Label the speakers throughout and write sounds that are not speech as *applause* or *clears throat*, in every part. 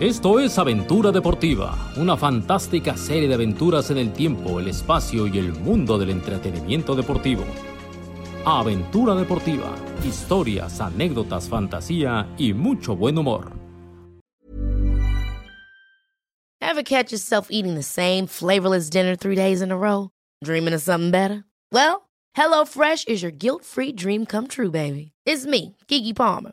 Speaker 1: Esto es Aventura Deportiva, una fantástica serie de aventuras en el tiempo, el espacio y el mundo del entretenimiento deportivo. Aventura Deportiva, historias, anécdotas, fantasía y mucho buen humor.
Speaker 2: Ever catch yourself eating the same flavorless dinner three days in a row? Dreaming of something better? Well, HelloFresh is your guilt-free dream come true, baby. It's me, Kiki Palmer.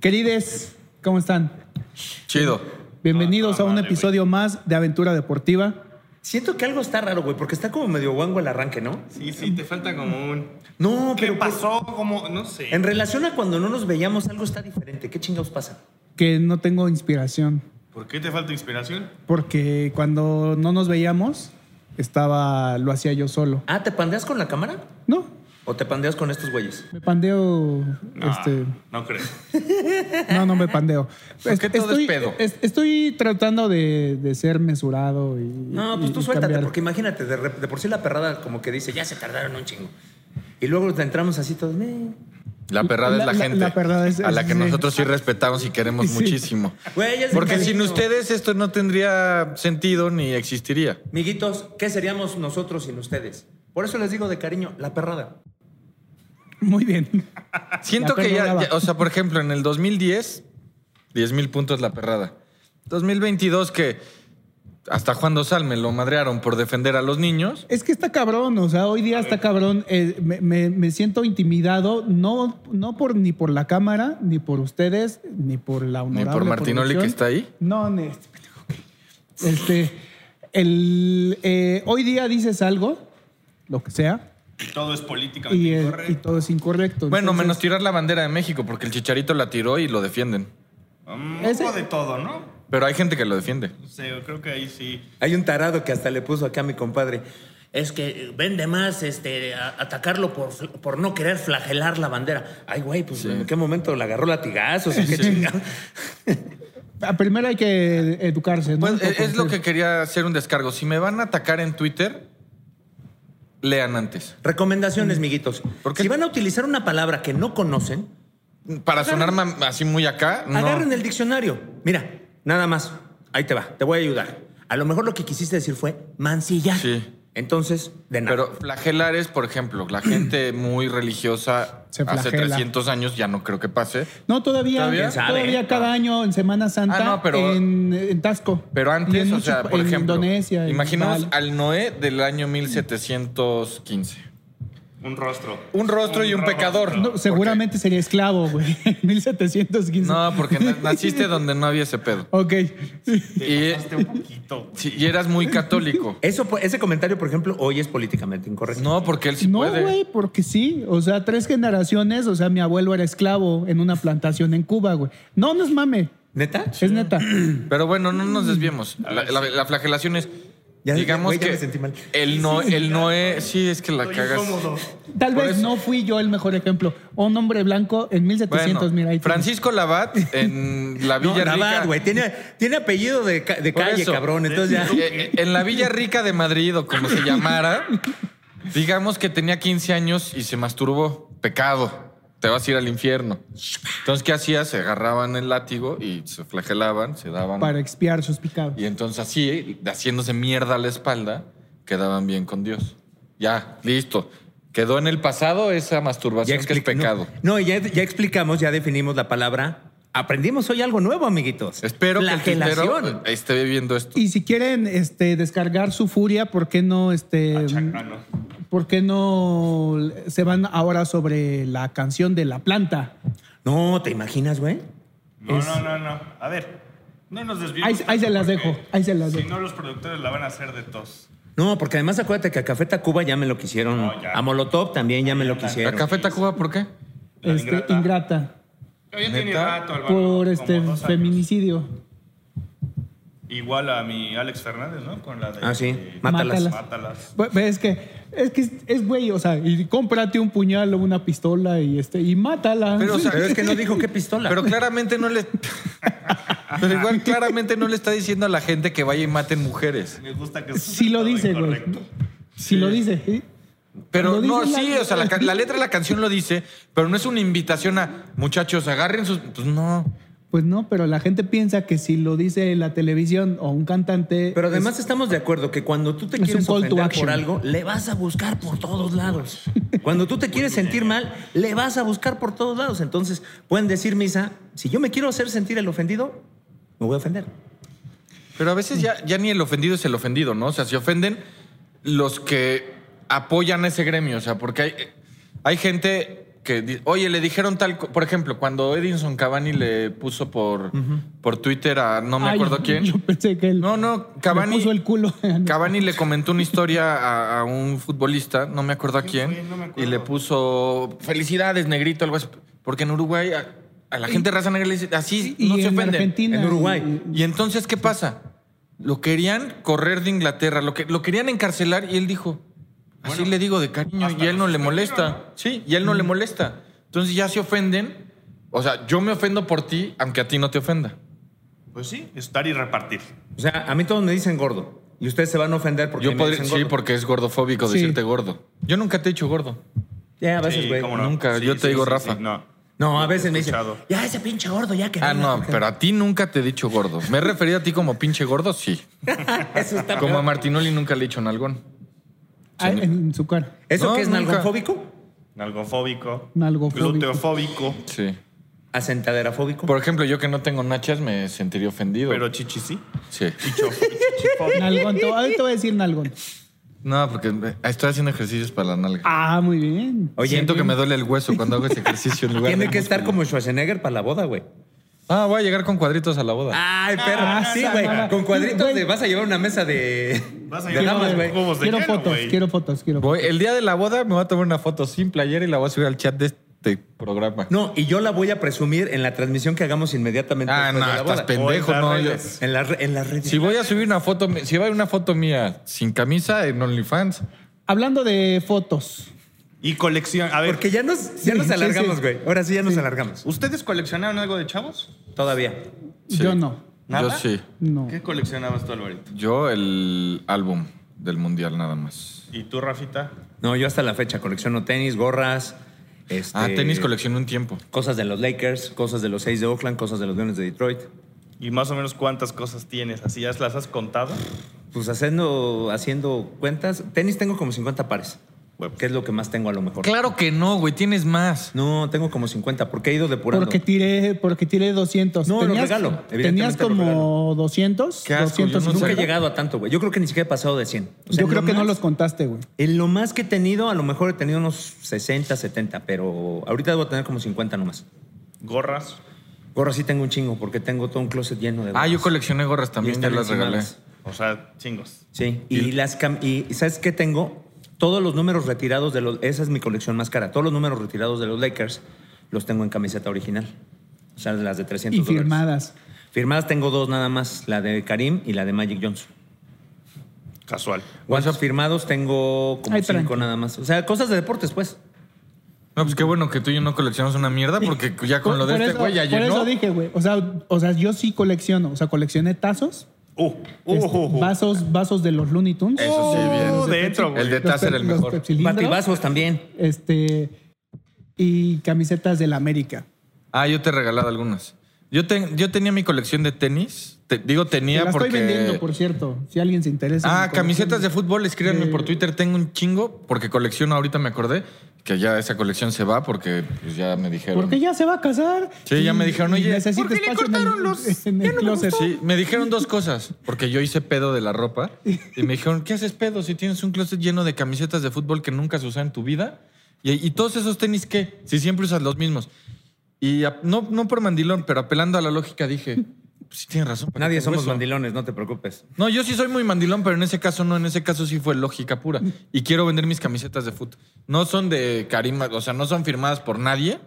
Speaker 3: Querides, ¿cómo están?
Speaker 4: Chido.
Speaker 3: Bienvenidos a un episodio más de Aventura Deportiva.
Speaker 5: Siento que algo está raro, güey, porque está como medio guango el arranque, ¿no?
Speaker 6: Sí, sí, te falta como un.
Speaker 5: No,
Speaker 6: ¿Qué
Speaker 5: pero por-
Speaker 6: pasó? Como, no sé.
Speaker 5: En relación a cuando no nos veíamos, algo está diferente. ¿Qué chingados pasa?
Speaker 3: Que no tengo inspiración,
Speaker 6: ¿Por qué te falta inspiración?
Speaker 3: porque cuando no nos veíamos, estaba, lo hacía yo solo.
Speaker 5: Ah, ¿te pandeas con la cámara?
Speaker 3: No,
Speaker 5: ¿O te pandeas con estos güeyes?
Speaker 3: me pandeo.
Speaker 6: No,
Speaker 4: Ah.
Speaker 3: Este,
Speaker 6: no creo.
Speaker 3: no, no me
Speaker 4: *laughs*
Speaker 3: pandeo.
Speaker 4: Es que todo es
Speaker 3: estoy,
Speaker 4: pedo.
Speaker 3: es- estoy tratando de, de ser mesurado y.
Speaker 5: No,
Speaker 3: y-
Speaker 5: pues tú
Speaker 3: y
Speaker 5: suéltate,
Speaker 3: cambiar.
Speaker 5: porque imagínate, de, rep- de por sí la perrada como que dice, ya se tardaron un chingo. Y luego te entramos así todos, "Meh".
Speaker 4: La perrada
Speaker 3: La-
Speaker 4: es la,
Speaker 3: la-
Speaker 4: gente.
Speaker 3: la perrada es-
Speaker 4: a la
Speaker 3: es-
Speaker 4: que
Speaker 3: sí.
Speaker 4: nosotros sí respetamos y
Speaker 3: *laughs*
Speaker 4: queremos
Speaker 3: Sí.
Speaker 4: muchísimo.
Speaker 5: Güey, ya es de
Speaker 4: Porque sin
Speaker 5: cariño.
Speaker 4: ustedes esto no tendría sentido ni existiría.
Speaker 5: Miguitos, ¿qué seríamos nosotros sin ustedes? Por eso les digo de cariño, la perrada.
Speaker 3: Muy bien.
Speaker 4: Siento
Speaker 3: La
Speaker 4: que ya,
Speaker 3: perrada.
Speaker 4: ya- o sea, por ejemplo, en el 2010, 10 mil puntos la perrada. 2022 que hasta Juan Dosal me lo madrearon por defender a los niños.
Speaker 3: Es que está cabrón, o sea, hoy día está cabrón. eh, me, me- me siento intimidado, no, no por ni por la cámara, ni por ustedes, ni por la honorable
Speaker 4: por Martinoli que
Speaker 3: producción.
Speaker 4: está ahí.
Speaker 3: No, ni- este pendejo, ok. Este, el, eh, hoy día dices algo, lo que sea,
Speaker 6: Todo es políticamente
Speaker 3: y, eh, y
Speaker 6: incorrecto.
Speaker 3: todo es incorrecto.
Speaker 4: Bueno, menos
Speaker 3: Entonces,
Speaker 4: tirar la bandera de México, porque el chicharito la tiró y lo defienden.
Speaker 6: Un
Speaker 3: Ese-
Speaker 6: poco de todo, ¿no?
Speaker 4: Pero hay gente que lo defiende.
Speaker 6: No sé, yo creo que ahí sí.
Speaker 5: Hay un tarado que hasta le puso acá a mi compadre. Es que eh, vende más este, a- atacarlo por, fl- por no querer flagelar la bandera. Ay, güey, pues ¿en qué momento la agarró latigazos? o ¿Qué chingada?
Speaker 3: a- primero hay que educarse, ¿no?
Speaker 4: Pues,
Speaker 3: Por-
Speaker 4: es, es lo
Speaker 3: porque-
Speaker 4: que quería hacer un descargo. Si me van a atacar en Twitter, lean antes.
Speaker 5: Recomendaciones, miguitos.
Speaker 4: ¿Por qué?
Speaker 5: Si van a utilizar una palabra que no conocen,
Speaker 4: Para sonar mam- así muy acá, no.
Speaker 5: agarren el diccionario. Mira, nada más. Ahí te va. Te voy a ayudar. A lo mejor lo que quisiste decir fue mancillar.
Speaker 4: Sí.
Speaker 5: Entonces, de nada.
Speaker 4: Pero flagelar es, por ejemplo,
Speaker 3: *clears throat*
Speaker 4: la gente muy religiosa
Speaker 3: Se
Speaker 4: hace
Speaker 3: flagela.
Speaker 4: 300 años, ya no creo que pase.
Speaker 3: No, todavía,
Speaker 4: ¿Todavía?
Speaker 3: todavía,
Speaker 4: ¿Quién
Speaker 5: sabe?
Speaker 3: cada año en Semana Santa
Speaker 4: Ah, no, pero-
Speaker 3: en, en Tasco.
Speaker 4: Pero
Speaker 3: Y
Speaker 4: antes,
Speaker 3: en
Speaker 4: o
Speaker 3: muchos
Speaker 4: sea,
Speaker 3: pa-
Speaker 4: por
Speaker 3: en
Speaker 4: ejemplo,
Speaker 3: Indonesia. en
Speaker 4: imaginemos
Speaker 3: Bali.
Speaker 4: al Noé del año 1715.
Speaker 6: Un rostro.
Speaker 4: Un rostro y un
Speaker 6: rostro.
Speaker 4: pecador.
Speaker 3: No, seguramente sería esclavo, güey. *laughs* en 1715.
Speaker 4: No, porque na- naciste donde no había
Speaker 3: *laughs*
Speaker 4: ese pedo.
Speaker 3: Ok.
Speaker 4: Y,
Speaker 6: Pasaste un poquito.
Speaker 4: sí, y eras
Speaker 3: *laughs*
Speaker 4: muy católico.
Speaker 5: Eso, pues, ese comentario, por ejemplo, hoy es políticamente incorrecto.
Speaker 4: No, porque él sí
Speaker 3: No,
Speaker 4: puede.
Speaker 3: güey, porque sí. O sea, tres generaciones. O sea, mi abuelo era esclavo en una plantación en Cuba, güey. No, no es mame.
Speaker 5: ¿Neta?
Speaker 3: Es
Speaker 4: *clears throat*
Speaker 3: neta.
Speaker 4: Pero bueno, no nos desviemos. La, la- la flagelación es.
Speaker 5: Ya-
Speaker 4: digamos
Speaker 5: güey, ya
Speaker 4: que.
Speaker 5: me sentí mal.
Speaker 4: El no, el no es. Sí, es que la
Speaker 6: Estoy
Speaker 4: cagas.
Speaker 6: incómodo.
Speaker 3: Tal
Speaker 4: Por
Speaker 3: vez
Speaker 4: eso-
Speaker 3: no fui yo el mejor ejemplo. Un hombre blanco en 1700,
Speaker 4: Bueno,
Speaker 3: mira. ahí tienes.
Speaker 4: Francisco Labat en la
Speaker 5: No,
Speaker 4: Villa
Speaker 5: Navarro,
Speaker 4: Rica. eh,
Speaker 5: güey. Tiene, tiene apellido de, ca- de
Speaker 4: Por
Speaker 5: calle,
Speaker 4: eso.
Speaker 5: cabrón. Entonces ya.
Speaker 4: Eh, eh, En la Villa Rica de Madrid, o como se llamara, digamos que tenía 15 años y se masturbó. Pecado. Te vas a ir al infierno. Entonces, ¿qué hacía? Se agarraban el látigo y se flagelaban, se daban.
Speaker 3: Para expiar sus pecados.
Speaker 4: Y entonces así, haciéndose mierda a la espalda, quedaban bien con Dios. Ya, listo. Quedó en el pasado esa masturbación que es
Speaker 5: expli-
Speaker 4: pecado.
Speaker 5: No, no, ya, ya explicamos, ya definimos la palabra. Aprendimos hoy algo nuevo, amiguitos.
Speaker 4: Espero que el
Speaker 5: Flagelación.
Speaker 4: tintero esté viendo esto.
Speaker 3: Y si quieren este, descargar su furia, ¿por qué no
Speaker 4: Ah,
Speaker 3: este,
Speaker 6: Ah, Chacrano.
Speaker 3: ¿Por qué no se van ahora sobre la canción de la planta?
Speaker 5: No, ¿te imaginas, güey?
Speaker 6: No,
Speaker 3: Es-
Speaker 6: no, no, no. A ver, no nos desviemos.
Speaker 3: Ahí- ahí se las
Speaker 6: tanto porque
Speaker 3: dejo, ahí se las
Speaker 6: Si
Speaker 3: dejo.
Speaker 6: no, los productores la van a hacer de tos.
Speaker 5: No, porque además acuérdate que a Café Tacuba ya me lo quisieron.
Speaker 6: No, ya.
Speaker 5: a Molotov también ya me lo
Speaker 6: ya.
Speaker 4: ¿La
Speaker 5: quisieron.
Speaker 4: Café Tacuba por qué?
Speaker 6: La
Speaker 3: este,
Speaker 6: ingrata.
Speaker 3: ingrata.
Speaker 6: Yo ya tiene
Speaker 4: ¿Neta?
Speaker 6: rato, Álvaro,
Speaker 3: por
Speaker 6: como
Speaker 3: este
Speaker 6: dos años.
Speaker 3: feminicidio.
Speaker 6: Igual a mi Alex Fernández, ¿no? Con la de.
Speaker 5: Ah, sí.
Speaker 6: de-
Speaker 5: Mátalas.
Speaker 3: Mátalas.
Speaker 6: Mátalas.
Speaker 3: Pues, Es que es que es- es güey, o sea, y cómprate un puñal o una pistola y este y mátala.
Speaker 4: Pero, o sea,
Speaker 5: Pero es que no dijo qué pistola.
Speaker 4: Pero claramente no le. *laughs* Pero igual claramente no le está diciendo a la gente que vaya y maten mujeres.
Speaker 6: Me gusta que
Speaker 3: si lo
Speaker 6: todo
Speaker 3: dice, güey.
Speaker 6: incorrecto.
Speaker 3: Si lo
Speaker 4: eh,
Speaker 3: dice. ¿sí?
Speaker 4: Pero
Speaker 3: Lo dice
Speaker 4: no,
Speaker 3: la-
Speaker 4: sí, o sea, la, ca- la letra de la canción lo dice, pero no es una invitación a muchachos, agarren sus. Pues no.
Speaker 3: Pues no, pero la gente piensa que si lo dice la televisión o un cantante
Speaker 5: Pero además estamos de acuerdo que cuando tú te
Speaker 3: es
Speaker 5: quieres
Speaker 3: un call to
Speaker 5: ofender
Speaker 3: action.
Speaker 5: por algo, le vas a buscar por todos lados. Cuando tú te quieres sentir mal, le vas a buscar por todos lados. Entonces, pueden decir misa, si yo me quiero hacer sentir el ofendido, me voy a ofender.
Speaker 4: Pero a veces ya, ya ni el ofendido es el ofendido, ¿no? O sea, se ofenden los que apoyan a ese gremio. O sea, porque hay, hay gente que, di- oye, le dijeron tal. co- Por ejemplo, cuando Edinson Cavani le puso por, por Twitter a no me
Speaker 3: Ay,
Speaker 4: acuerdo quién.
Speaker 3: *laughs* Yo pensé que él
Speaker 4: No, no, Cavani.
Speaker 3: le puso el culo.
Speaker 4: Cavani le comentó una historia a, a un futbolista, no me acuerdo a quién,
Speaker 6: fue? No me acuerdo.
Speaker 4: y le puso felicidades, negrito, algo así. Porque en Uruguay a, a la gente de raza negra le dice así,
Speaker 3: Y
Speaker 4: no
Speaker 3: en
Speaker 4: se ofenden.
Speaker 3: Argentina,
Speaker 4: en Uruguay.
Speaker 3: y-
Speaker 4: Y entonces, ¿qué pasa? Lo querían correr de Inglaterra, lo, que, lo querían encarcelar y él dijo, así le digo de cariño, y él no le molesta. Sí, y él no le molesta. Entonces ya se ofenden. O sea, yo me ofendo por ti, aunque a ti no te ofenda.
Speaker 6: Pues sí, estar y repartir.
Speaker 5: O sea, a mí todos me dicen gordo. Y ustedes se van a ofender porque
Speaker 4: Yo
Speaker 5: me
Speaker 4: podría,
Speaker 5: dicen
Speaker 4: sí,
Speaker 5: gordo.
Speaker 4: porque es gordofóbico
Speaker 3: Sí.
Speaker 4: decirte gordo. Yo nunca te he dicho gordo.
Speaker 5: Ya, a veces,
Speaker 6: Sí,
Speaker 5: güey.
Speaker 6: cómo
Speaker 5: no.
Speaker 6: no.
Speaker 4: Nunca, yo te digo Rafa.
Speaker 6: no.
Speaker 5: a veces me dicen,
Speaker 6: Escuchado.
Speaker 5: ya ese pinche gordo, ya que
Speaker 4: Ah,
Speaker 5: venga,
Speaker 4: no,
Speaker 5: porque-
Speaker 4: pero a ti nunca te he dicho gordo. Me he referido a ti como pinche gordo, sí.
Speaker 5: *laughs* Eso está
Speaker 4: Como a
Speaker 5: peor.
Speaker 4: Martinoli nunca le he dicho nalgón.
Speaker 3: Ah, en su cara.
Speaker 5: ¿Eso
Speaker 4: No,
Speaker 5: que es
Speaker 4: nunca.
Speaker 5: nalgonfóbico?
Speaker 6: Nalgofóbico.
Speaker 3: Nalgofóbico.
Speaker 6: Gluteofóbico.
Speaker 4: Sí.
Speaker 5: Asentaderafóbico.
Speaker 4: Por ejemplo, yo que no tengo nachas me sentiría ofendido.
Speaker 6: Pero chichi sí.
Speaker 4: sí.
Speaker 3: Nalgón, te, ahorita te voy a decir nalgón.
Speaker 4: No, porque me- ah, estoy haciendo ejercicios para la nalga.
Speaker 3: Ah, muy bien.
Speaker 5: Oye,
Speaker 4: Siento que me duele el hueso cuando hago ese ejercicio en lugar
Speaker 5: tiene
Speaker 4: de
Speaker 5: que estar
Speaker 4: músculo.
Speaker 5: como Schwarzenegger para la boda, güey.
Speaker 4: Ah, voy a llegar con cuadritos a la boda.
Speaker 5: Ay, perro.
Speaker 3: Ah,
Speaker 5: sí,
Speaker 3: esa
Speaker 5: güey.
Speaker 3: mamá.
Speaker 5: Con cuadritos
Speaker 3: Güey.
Speaker 5: de. Vas a llevar una mesa de.
Speaker 6: Vas a
Speaker 5: de
Speaker 6: llevar
Speaker 5: damas,
Speaker 6: una-
Speaker 5: güey.
Speaker 6: cubos de
Speaker 3: Quiero
Speaker 6: hielo,
Speaker 3: fotos,
Speaker 6: güey.
Speaker 3: quiero fotos, quiero fotos.
Speaker 4: Voy, el día de la boda me voy a tomar una foto sin playera y la voy a subir al chat de este programa.
Speaker 5: No, y yo la voy a presumir en la transmisión que hagamos inmediatamente
Speaker 4: ah,
Speaker 5: después
Speaker 4: no,
Speaker 5: pues, de la
Speaker 4: estás
Speaker 5: boda.
Speaker 4: pendejo,
Speaker 6: Hoy las
Speaker 4: no. yo- eh,
Speaker 6: redes.
Speaker 5: En, la re- en las redes.
Speaker 4: Si voy a subir una foto, mi- si va a haber una foto mía sin camisa en OnlyFans,
Speaker 3: Hablando de fotos.
Speaker 6: Y colección. A ver,
Speaker 5: Porque ya nos, ya
Speaker 3: Sí,
Speaker 5: nos
Speaker 3: sí,
Speaker 5: alargamos,
Speaker 3: sí.
Speaker 5: güey. Ahora sí ya nos alargamos.
Speaker 6: ¿ustedes coleccionaron algo de chavos?
Speaker 5: Todavía.
Speaker 4: Sí.
Speaker 3: Yo no.
Speaker 6: ¿Nada?
Speaker 4: yo sí.
Speaker 3: No.
Speaker 6: ¿Qué coleccionabas tú, Alvarito?
Speaker 4: Yo el álbum del mundial nada más.
Speaker 6: ¿Y tú, Rafita?
Speaker 5: No, yo hasta la fecha colecciono tenis, gorras. Este,
Speaker 4: Ah, tenis coleccioné un tiempo.
Speaker 5: Cosas de los Lakers, cosas de los seis de Oakland, cosas de los Leones de Detroit.
Speaker 6: ¿Y más o menos cuántas cosas tienes? ¿Así ya las has contado?
Speaker 5: Pues haciendo, haciendo cuentas. Tenis tengo como 50 pares. Que es lo que más tengo a lo mejor.
Speaker 4: Claro que no, güey, tienes más.
Speaker 5: No, tengo como 50 porque he ido depurando.
Speaker 3: Porque tiré, porque tiré 200.
Speaker 5: No, lo regalo,
Speaker 3: Tenías
Speaker 5: evidentemente lo
Speaker 3: como
Speaker 5: regalo.
Speaker 3: 200.
Speaker 4: Qué asco, yo no
Speaker 3: 250.
Speaker 5: Nunca he
Speaker 4: ¿Será?
Speaker 5: llegado a tanto, güey. Yo creo que ni siquiera he pasado de 100. O sea,
Speaker 3: Yo
Speaker 5: en
Speaker 3: creo
Speaker 5: lo
Speaker 3: que no
Speaker 5: más-
Speaker 3: los contaste, güey.
Speaker 5: En lo más que he tenido, a lo mejor he tenido unos 60, 70, pero ahorita debo tener como 50 nomás.
Speaker 6: ¿Gorras?
Speaker 5: Gorras sí tengo un chingo porque tengo todo un closet lleno de gorras.
Speaker 4: Ah, yo coleccioné gorras
Speaker 5: Y
Speaker 4: también, ya
Speaker 5: están
Speaker 4: las regalé.
Speaker 5: encimadas.
Speaker 6: O sea, chingos.
Speaker 5: Sí, y, las cam- y y ¿sabes qué tengo? Todos los números retirados de los... Esa es mi colección más cara. Todos los números retirados de los Lakers los tengo en camiseta original. O sea, las de 300
Speaker 3: Y
Speaker 5: dólares.
Speaker 3: firmadas.
Speaker 5: Firmadas tengo dos nada más, la de Karim y la de Magic Johnson.
Speaker 6: Casual.
Speaker 5: Guantes firmados tengo como
Speaker 3: Ay,
Speaker 5: cinco
Speaker 3: tranqui.
Speaker 5: nada más. O sea, cosas de deportes, pues.
Speaker 4: No, pues qué bueno que tú y yo no coleccionamos una mierda porque ya con lo de
Speaker 3: Por
Speaker 4: este
Speaker 3: eso-
Speaker 4: güey ya
Speaker 3: Por eso
Speaker 4: llenó.
Speaker 3: dije, güey. O sea, o sea, yo sí colecciono. O sea, coleccioné tazos,
Speaker 6: Uh, uh,
Speaker 3: este,
Speaker 6: uh, uh.
Speaker 3: vasos, vasos de los Looney Tunes.
Speaker 4: Eso sí,
Speaker 6: Uh,
Speaker 4: bien.
Speaker 6: dentro, güey.
Speaker 4: El de Taz era el
Speaker 3: "Oh, los
Speaker 4: mejor.
Speaker 3: pepsilindros,
Speaker 5: Batibazos también.
Speaker 3: Este. Y camisetas del América.
Speaker 4: Ah, yo te he regalado algunas. Yo, ten- yo tenía mi colección de tenis. Te- digo
Speaker 3: Que
Speaker 4: tenía
Speaker 3: la
Speaker 4: porque...
Speaker 3: estoy vendiendo, por cierto. Si alguien se interesa. en
Speaker 4: Ah,
Speaker 3: mi
Speaker 4: camisetas
Speaker 3: colección.
Speaker 4: de fútbol, escríbanme
Speaker 3: de-
Speaker 4: por Twitter, tengo un chingo, porque colecciono, ahorita me acordé, que ya esa colección se va porque pues, ya me dijeron.
Speaker 3: Porque ya se va a casar.
Speaker 4: Sí, ya me dijeron, oye,
Speaker 3: necesita
Speaker 4: ¿por qué le
Speaker 3: espacio en
Speaker 4: cortaron
Speaker 3: el- *laughs*
Speaker 4: los-
Speaker 3: en el closet.
Speaker 4: Sí, me dijeron dos cosas, porque yo hice pedo de la ropa y me dijeron, ¿qué haces pedo si tienes un closet lleno de camisetas de fútbol que nunca se usan en tu vida? Y, y todos esos tenis, ¿qué? Si siempre usas los mismos. Y a- no, no por mandilón, pero apelando a la lógica dije, "Pues sí tienes razón. ¿para qué
Speaker 5: Nadie
Speaker 4: tengo
Speaker 5: somos
Speaker 4: eso?
Speaker 5: mandilones, no te preocupes.
Speaker 4: No, yo sí soy muy mandilón, pero en ese caso no, en ese caso sí fue lógica pura. Y quiero vender mis camisetas de fútbol. No son de Karim, o sea, no son firmadas por nadie,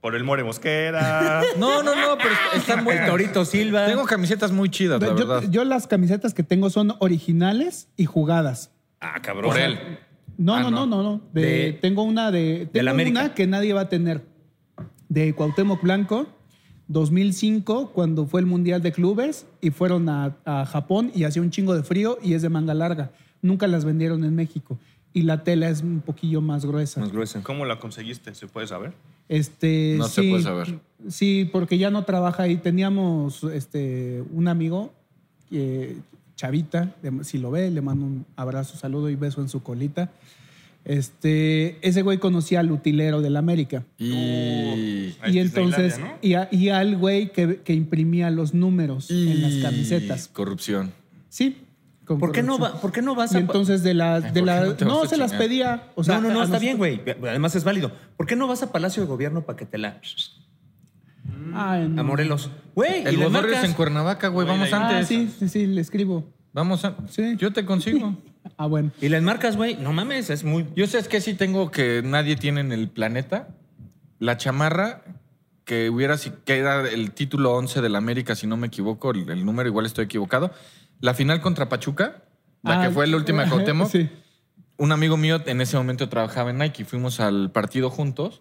Speaker 6: por el More Mosquera.
Speaker 4: No, no, no, pero est- están
Speaker 5: *laughs* El
Speaker 4: buenas.
Speaker 5: Torito Silva.
Speaker 4: Tengo camisetas muy chidas, la
Speaker 3: Yo,
Speaker 4: verdad.
Speaker 3: yo las camisetas que tengo son originales y jugadas.
Speaker 5: Ah, cabrón.
Speaker 4: Por él.
Speaker 3: No,
Speaker 4: Ah,
Speaker 3: no, no, no,
Speaker 4: no.
Speaker 3: no. De-
Speaker 5: De-
Speaker 3: tengo una de. Tengo
Speaker 5: la América.
Speaker 3: una que nadie va a tener. De Cuauhtémoc Blanco, 2005, cuando fue el Mundial de Clubes y fueron a, a Japón y hacía un chingo de frío y es de manga larga. Nunca las vendieron en México. Y la tela es un poquillo más gruesa.
Speaker 5: *laughs* Más gruesa.
Speaker 6: ¿Cómo la conseguiste? ¿Se puede saber?
Speaker 3: Este,
Speaker 4: No se
Speaker 3: sí,
Speaker 4: puede saber.
Speaker 3: Sí, porque ya no trabaja ahí. Teníamos este, un amigo, que- Chavita, le- si lo ve, le mando un abrazo, saludo y beso en su colita. Este, ese güey conocía al utilero del América.
Speaker 4: Y.
Speaker 6: Ah, es
Speaker 3: y
Speaker 6: Disneylandia,
Speaker 3: entonces,
Speaker 6: ¿no?
Speaker 3: y, a- y al güey que, que imprimía los números en las
Speaker 4: y-
Speaker 3: camisetas.
Speaker 4: Corrupción.
Speaker 3: Sí. con
Speaker 5: ¿Por qué, no
Speaker 3: corrección.
Speaker 5: va- ¿Por qué no vas
Speaker 3: Y
Speaker 5: a.?
Speaker 3: entonces de las. De
Speaker 4: ¿Por qué
Speaker 3: la,
Speaker 4: no te vas
Speaker 3: no,
Speaker 4: a
Speaker 3: se las
Speaker 4: chingar?
Speaker 3: pedía. O sea,
Speaker 5: no, no, no,
Speaker 3: a
Speaker 5: está bien,
Speaker 3: nosotros-
Speaker 5: güey. Además es válido. ¿Por qué no vas a Palacio de Gobierno para que te la.
Speaker 3: Ay, no.
Speaker 5: a Morelos? Güey, y
Speaker 4: El
Speaker 5: le
Speaker 4: Bodorrio es
Speaker 5: marcas.
Speaker 4: en Cuernavaca, güey. Vamos
Speaker 6: Güey,
Speaker 3: Ah,
Speaker 4: antes.
Speaker 3: sí, sí, sí, le escribo.
Speaker 4: Vamos a...
Speaker 3: Sí.
Speaker 4: Yo te consigo.
Speaker 3: *laughs* Ah, bueno.
Speaker 5: Y las marcas, güey. No mames, es muy.
Speaker 4: Yo sé es que sí tengo que nadie tiene en el planeta la chamarra que hubiera si que era el título 11 del América, si no me equivoco, el, el número igual estoy equivocado. La final contra Pachuca, la
Speaker 3: Ah,
Speaker 4: que fue la última de Cuauhtémoc.
Speaker 3: Sí.
Speaker 4: Un amigo mío en ese momento trabajaba en Nike, fuimos al partido juntos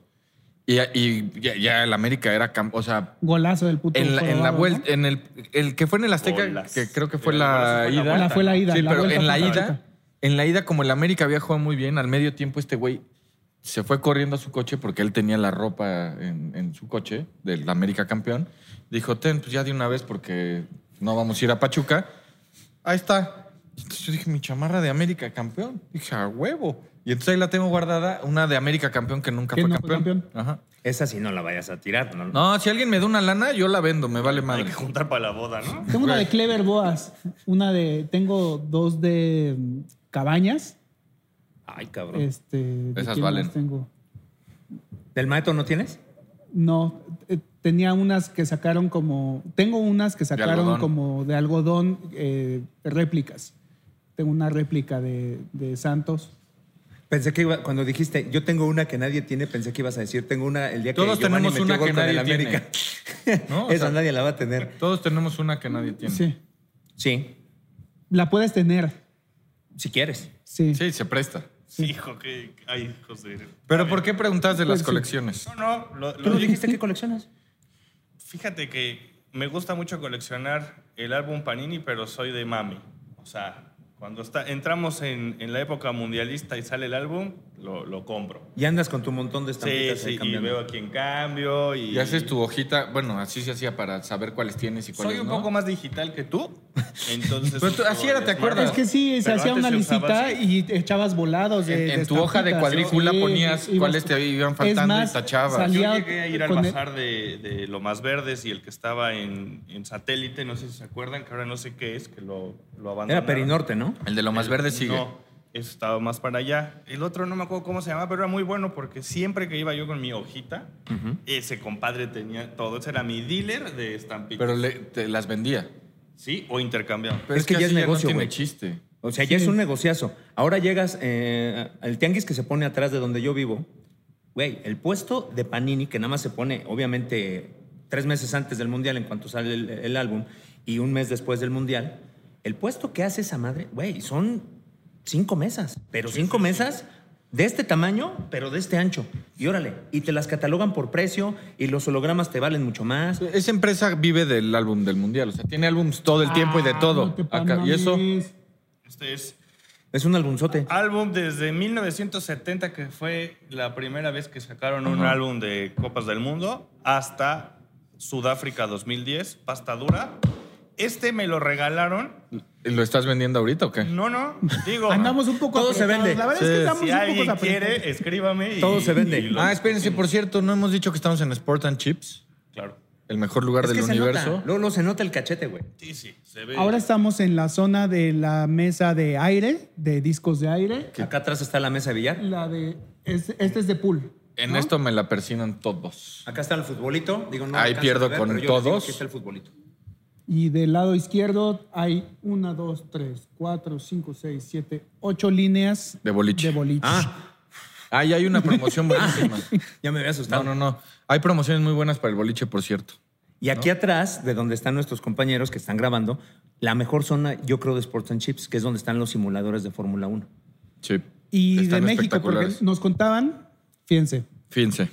Speaker 4: y, y ya, ya el América era, cam- o sea,
Speaker 3: Golazo del puto.
Speaker 4: en la, en la
Speaker 3: Colorado,
Speaker 4: vuelta, eh, en el, el que fue en el Azteca,
Speaker 6: Bolas.
Speaker 4: que creo que fue
Speaker 6: Pero
Speaker 4: la,
Speaker 6: bueno, sí fue la
Speaker 3: ¿no?
Speaker 4: ida.
Speaker 3: La fue la ida.
Speaker 4: Sí,
Speaker 3: la
Speaker 4: pero
Speaker 3: vuelta
Speaker 4: en la
Speaker 3: fue
Speaker 4: ida,
Speaker 3: Pachuca.
Speaker 4: en la ida, como el América había jugado muy bien, al medio tiempo este güey se fue corriendo a su coche porque él tenía la ropa en, en su coche del América campeón. Dijo, ten, pues ya de una vez porque no vamos a ir a Pachuca. Ahí está. Entonces yo dije, mi chamarra de América campeón. Dije, a huevo. Y entonces ahí la tengo guardada, una de América campeón que nunca
Speaker 3: Que
Speaker 4: fue,
Speaker 3: no fue
Speaker 4: campeón.
Speaker 3: campeón.
Speaker 4: Ajá.
Speaker 5: Esa sí no la vayas a tirar. No,
Speaker 4: No, si alguien me da una lana, yo la vendo, me vale
Speaker 6: Hay
Speaker 4: madre.
Speaker 6: que juntar para la boda, ¿no?
Speaker 3: Tengo una de Clever Boas. Una de. Tengo dos de mm, Cabañas.
Speaker 5: Ay, cabrón.
Speaker 3: Este, ¿de
Speaker 4: Esas
Speaker 3: quién
Speaker 4: valen.
Speaker 3: más Tengo?
Speaker 5: ¿Del Maeto no tienes?
Speaker 3: No. eh, Tenía unas que sacaron como. Tengo unas que sacaron
Speaker 4: algodón.
Speaker 3: como de algodón eh, réplicas. Tengo una réplica de, de Santos.
Speaker 5: Pensé que iba, cuando dijiste, yo tengo una que nadie tiene, pensé que ibas a decir, tengo una el día
Speaker 4: Todos
Speaker 5: que Giovanni
Speaker 4: tenemos
Speaker 5: metió
Speaker 4: una
Speaker 5: gol
Speaker 4: que
Speaker 5: con el
Speaker 4: nadie
Speaker 5: América. *laughs*
Speaker 4: ¿no? O
Speaker 5: Esa
Speaker 4: sea,
Speaker 5: nadie la va a tener.
Speaker 4: Todos tenemos una que nadie tiene.
Speaker 3: Sí.
Speaker 5: Sí,
Speaker 3: La puedes tener.
Speaker 5: si quieres.
Speaker 3: Sí.
Speaker 4: Sí, se presta.
Speaker 6: Sí, hijo, que hay hijos de.
Speaker 4: Pero ¿por qué preguntas de las
Speaker 3: Pues sí.
Speaker 4: colecciones?
Speaker 6: No, no, lo, lo
Speaker 5: ¿Tú
Speaker 4: *laughs*
Speaker 5: no
Speaker 6: dije.
Speaker 5: dijiste que coleccionas?
Speaker 6: Fíjate que me gusta mucho coleccionar el álbum Panini, pero soy de mami. O sea, cuando está, entramos en, en la época mundialista y sale el álbum, lo, lo compro.
Speaker 5: Y andas con tu montón de
Speaker 6: Sí,
Speaker 5: estampitas ahí
Speaker 6: sí, y
Speaker 5: cambiando.
Speaker 6: veo a quién cambio. Y,
Speaker 4: Y haces tu hojita, bueno, así se hacía para saber cuáles tienes y cuáles
Speaker 6: Soy un
Speaker 4: no.
Speaker 6: poco más digital que tú.
Speaker 4: *laughs*
Speaker 6: Entonces.
Speaker 4: Pero tú-
Speaker 6: uso
Speaker 4: así era, ¿te
Speaker 6: el
Speaker 4: acuerdas?
Speaker 3: Es que sí, se
Speaker 6: Pero
Speaker 3: hacía
Speaker 6: antes
Speaker 3: una
Speaker 6: se usaba
Speaker 3: lisita y echabas volados. De,
Speaker 4: En- en
Speaker 3: de
Speaker 4: tu hoja de
Speaker 3: estampitas.
Speaker 4: cuadrícula ponías
Speaker 3: ibas-
Speaker 4: cuáles te iban faltando
Speaker 3: Es
Speaker 4: y
Speaker 3: más,
Speaker 4: tachabas. Yo
Speaker 6: Yo
Speaker 3: salía
Speaker 6: llegué a ir al
Speaker 3: con el-
Speaker 6: bazar de, de lo más verdes y el que estaba en, en satélite, no sé si se acuerdan, que ahora no sé qué es, que lo, lo abandonaron.
Speaker 5: Era Perinorte, ¿no?
Speaker 4: El de lo más verde sigue.
Speaker 6: Eh, No, eso estaba más para allá. El otro no me acuerdo cómo se llamaba, pero era muy bueno porque siempre que iba yo con mi hojita, ese compadre tenía todo. Ese era mi dealer de estampitas.
Speaker 4: Pero le- te las vendía.
Speaker 6: sí, o intercambiado.
Speaker 4: Pero
Speaker 5: Es
Speaker 4: es,
Speaker 5: que
Speaker 4: que,
Speaker 5: ya es
Speaker 4: así
Speaker 5: negocio,
Speaker 4: no tiene
Speaker 5: güey.
Speaker 4: chiste.
Speaker 5: O sea, ya es un negociazo. Ahora llegas eh, al tianguis que se pone atrás de donde yo vivo. Güey, el puesto de Panini, que nada más se pone, obviamente, tres meses antes del Mundial, en cuanto sale el, el álbum, y un mes después del Mundial, el puesto que hace esa madre, güey, son cinco mesas, pero cinco mesas de este tamaño, pero de este ancho. Y órale, y te las catalogan por precio, y los hologramas te valen mucho más.
Speaker 4: Esa empresa vive del álbum del mundial. O sea, tiene álbums todo el tiempo y de
Speaker 3: Ah,
Speaker 4: todo.
Speaker 3: no te
Speaker 4: Acá- y eso,
Speaker 3: mames.
Speaker 6: Este es
Speaker 5: Es un albunzote.
Speaker 6: álbum desde 1970, que fue la primera vez que sacaron un álbum de Copas del Mundo, hasta Sudáfrica 2010, pasta dura. Este me lo regalaron.
Speaker 4: ¿lo estás vendiendo ahorita o qué?
Speaker 6: No, no, digo.
Speaker 3: Andamos un poco
Speaker 5: Todo se
Speaker 3: apretados.
Speaker 5: vende.
Speaker 3: La verdad es que
Speaker 4: Sí.
Speaker 3: estamos
Speaker 6: Si
Speaker 3: un poco
Speaker 6: alguien
Speaker 3: apretados.
Speaker 6: quiere, escríbame. y-
Speaker 5: Todo se vende.
Speaker 6: y lo-
Speaker 4: Ah, espérense, por cierto, no hemos dicho que estamos en Sport and Chips,
Speaker 6: Claro.
Speaker 4: el mejor lugar
Speaker 5: Es
Speaker 4: del
Speaker 5: que se
Speaker 4: universo.
Speaker 5: nota. Luego, luego se nota el cachete, güey.
Speaker 6: Sí, sí, se ve.
Speaker 3: Ahora estamos en la zona de la mesa de aire, de discos de aire.
Speaker 5: Acá atrás está la mesa de billar.
Speaker 3: La de. es- este es de pool.
Speaker 4: En esto me la persinan todos.
Speaker 5: Acá está el futbolito. Digo, no
Speaker 4: Ahí
Speaker 5: alcanzo
Speaker 4: pierdo
Speaker 5: a ver,
Speaker 4: con
Speaker 5: pero yo les digo
Speaker 4: todos.
Speaker 5: que está el futbolito.
Speaker 3: Y del lado izquierdo hay una, dos, tres, cuatro, cinco, seis, siete, ocho líneas
Speaker 4: De boliche.
Speaker 3: De boliche. Ah.
Speaker 5: Ah,
Speaker 4: Ahí hay una
Speaker 3: *laughs*
Speaker 4: promoción buenísima.
Speaker 5: Ya me
Speaker 4: No,
Speaker 5: había asustado.
Speaker 4: no, no. Hay promociones muy buenas para el boliche, por cierto.
Speaker 5: Y aquí atrás, de donde están nuestros compañeros que están grabando, la mejor zona, yo creo, de Sports and Chips, que es donde están los simuladores de Fórmula 1.
Speaker 4: Sí.
Speaker 3: Y
Speaker 4: Están
Speaker 3: de México, porque
Speaker 4: espectaculares.
Speaker 3: nos contaban, fíjense.
Speaker 4: Fíjense.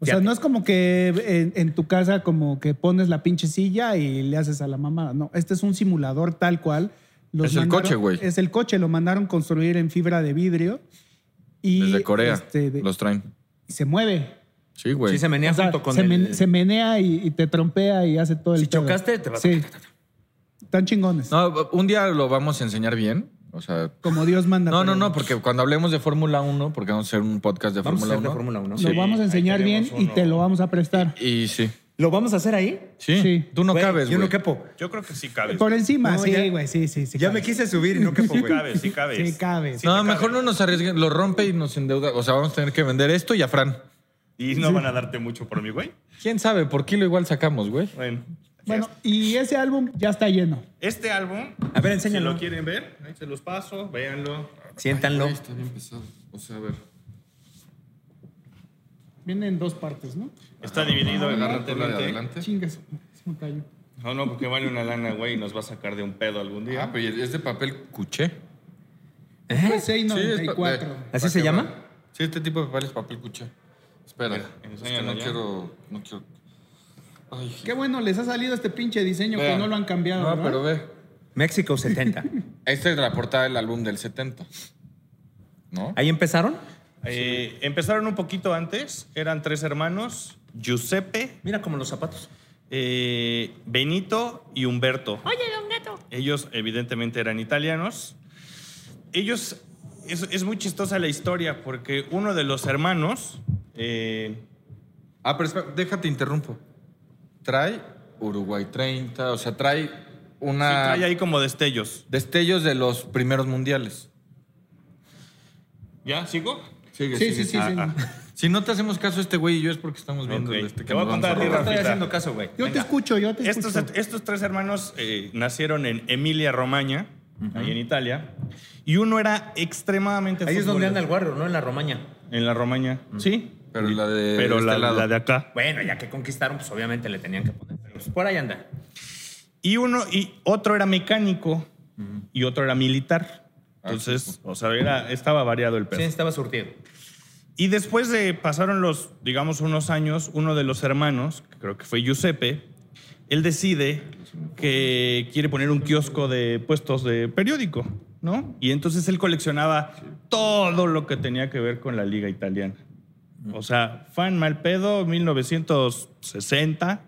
Speaker 3: O
Speaker 5: Fíjate.
Speaker 3: sea, no es como que en, en tu casa como que pones la pinche silla y le haces a la mamá. No, este es un simulador tal cual.
Speaker 4: Es el coche, güey.
Speaker 3: Es el coche, lo mandaron construir en fibra de vidrio. Y
Speaker 4: Desde Corea
Speaker 3: este, de-
Speaker 4: los traen.
Speaker 3: y se mueve.
Speaker 4: Sí, güey.
Speaker 5: Sí, se menea
Speaker 3: O sea,
Speaker 5: junto con
Speaker 3: se,
Speaker 5: el-
Speaker 3: men- se menea y, y te trompea y hace todo el
Speaker 5: Si
Speaker 3: pedo.
Speaker 5: chocaste, te va-
Speaker 3: Sí. Tan chingones.
Speaker 4: No, un día lo vamos a enseñar bien. O sea,
Speaker 3: Como Dios manda.
Speaker 4: no, no,
Speaker 3: pero
Speaker 4: no, porque cuando hablemos de Fórmula 1, porque vamos a hacer un podcast de
Speaker 5: Vamos
Speaker 4: Fórmula
Speaker 5: a hacer de
Speaker 4: 1.
Speaker 5: Fórmula 1.
Speaker 3: Lo
Speaker 4: Sí,
Speaker 3: vamos a
Speaker 6: ahí
Speaker 3: enseñar bien
Speaker 6: tenemos
Speaker 3: y
Speaker 6: uno.
Speaker 3: te lo vamos a prestar.
Speaker 4: Y sí.
Speaker 5: ¿Lo vamos a hacer ahí?
Speaker 4: Sí.
Speaker 3: Sí.
Speaker 4: Tú no
Speaker 5: Güey,
Speaker 4: cabes,
Speaker 5: Yo
Speaker 4: güey.
Speaker 5: no quepo.
Speaker 6: Yo creo que sí cabe.
Speaker 3: Por encima,
Speaker 5: No, ya-
Speaker 3: sí, güey, sí, sí, sí.
Speaker 5: Ya
Speaker 3: cabe.
Speaker 5: me quise
Speaker 3: *laughs*
Speaker 5: subir y no quepo,
Speaker 6: Sí
Speaker 5: güey.
Speaker 6: cabe, sí cabe.
Speaker 3: Sí cabe.
Speaker 4: No, mejor no nos arriesguen. Lo rompe y nos endeuda. O sea, vamos a tener que vender esto y a Fran.
Speaker 6: Y no van a darte mucho por mí, güey.
Speaker 4: ¿Quién sabe? Por kilo igual sacamos, güey.
Speaker 6: Bueno.
Speaker 3: Bueno, y ese álbum ya está lleno.
Speaker 6: Este álbum,
Speaker 5: A ver,
Speaker 6: si
Speaker 5: enséñalo.
Speaker 6: lo quieren ver, ahí se los paso, véanlo.
Speaker 5: Siéntanlo.
Speaker 4: está bien pesado. O sea, a ver.
Speaker 3: Viene en dos partes, ¿no?
Speaker 6: Está dividido evidentemente.
Speaker 3: Chingas, se me cayó.
Speaker 6: No, no, porque vale una lana, güey, y nos va a sacar de un pedo algún día.
Speaker 4: Ah, pero es de papel cuché.
Speaker 3: USA 94.
Speaker 4: eh.
Speaker 5: ¿Así se llama?
Speaker 4: Sí, este tipo de papel es papel cuché. Espera,
Speaker 6: Mira, es que enséñalo no ya.
Speaker 4: quiero, no quiero.
Speaker 3: Qué bueno, les ha salido este pinche diseño
Speaker 4: Vean.
Speaker 3: que no lo han cambiado.
Speaker 4: No,
Speaker 3: ¿verdad?
Speaker 4: pero ve.
Speaker 5: México 70.
Speaker 4: Esta es la portada del álbum del 70. ¿No?
Speaker 5: ¿Ahí empezaron?
Speaker 6: Eh, empezaron un poquito antes, eran tres hermanos, Giuseppe,
Speaker 5: Mira como los zapatos.
Speaker 6: eh, Benito y Humberto. Oye, don gato. Ellos evidentemente eran italianos. Ellos, es, es muy chistosa la historia porque uno de los hermanos, eh,
Speaker 4: Ah, pero espera, déjate interrumpo. Trae Uruguay 30, o sea, trae
Speaker 6: sí
Speaker 4: una.
Speaker 6: trae ahí como destellos.
Speaker 4: Destellos de los primeros mundiales.
Speaker 6: ¿Ya? ¿Sigo?
Speaker 4: Sigue, Ah,
Speaker 3: Sí, sí, sí. sí.
Speaker 4: Si no te hacemos caso este güey y yo es porque estamos viendo
Speaker 6: Ok,
Speaker 4: este
Speaker 6: te voy a
Speaker 4: nos vamos
Speaker 6: contar a ti,
Speaker 4: robar.
Speaker 6: Rafa.
Speaker 5: Estoy
Speaker 6: Rafita.
Speaker 5: haciendo caso, güey.
Speaker 3: Yo te escucho, yo
Speaker 5: Pues
Speaker 3: te
Speaker 6: Estos,
Speaker 3: escucho.
Speaker 6: estos tres hermanos eh, nacieron en Emilia Romagna, ahí en Italia, y uno era extremadamente
Speaker 5: Ahí es donde
Speaker 6: futbolero.
Speaker 5: anda el guarro, ¿no? En la Romaña.
Speaker 6: En la Romaña. Sí.
Speaker 4: Pero la de
Speaker 6: Pero
Speaker 4: este
Speaker 6: la,
Speaker 4: lado.
Speaker 6: la de acá.
Speaker 5: Bueno, ya que conquistaron, pues obviamente le tenían que poner. Pero pues, por ahí anda.
Speaker 6: Y uno, y otro era mecánico y otro era militar. Entonces, o sea, era- estaba variado el
Speaker 5: Ah, Sí,
Speaker 6: peso.
Speaker 5: estaba surtido.
Speaker 6: Y después de pasaron los, digamos, unos años, uno de los hermanos, que creo que fue Giuseppe, él decide que quiere poner un kiosco de puestos de periódico, ¿no? Y entonces él coleccionaba todo lo que tenía que ver con la liga italiana. O sea, fan mal pedo, 1960,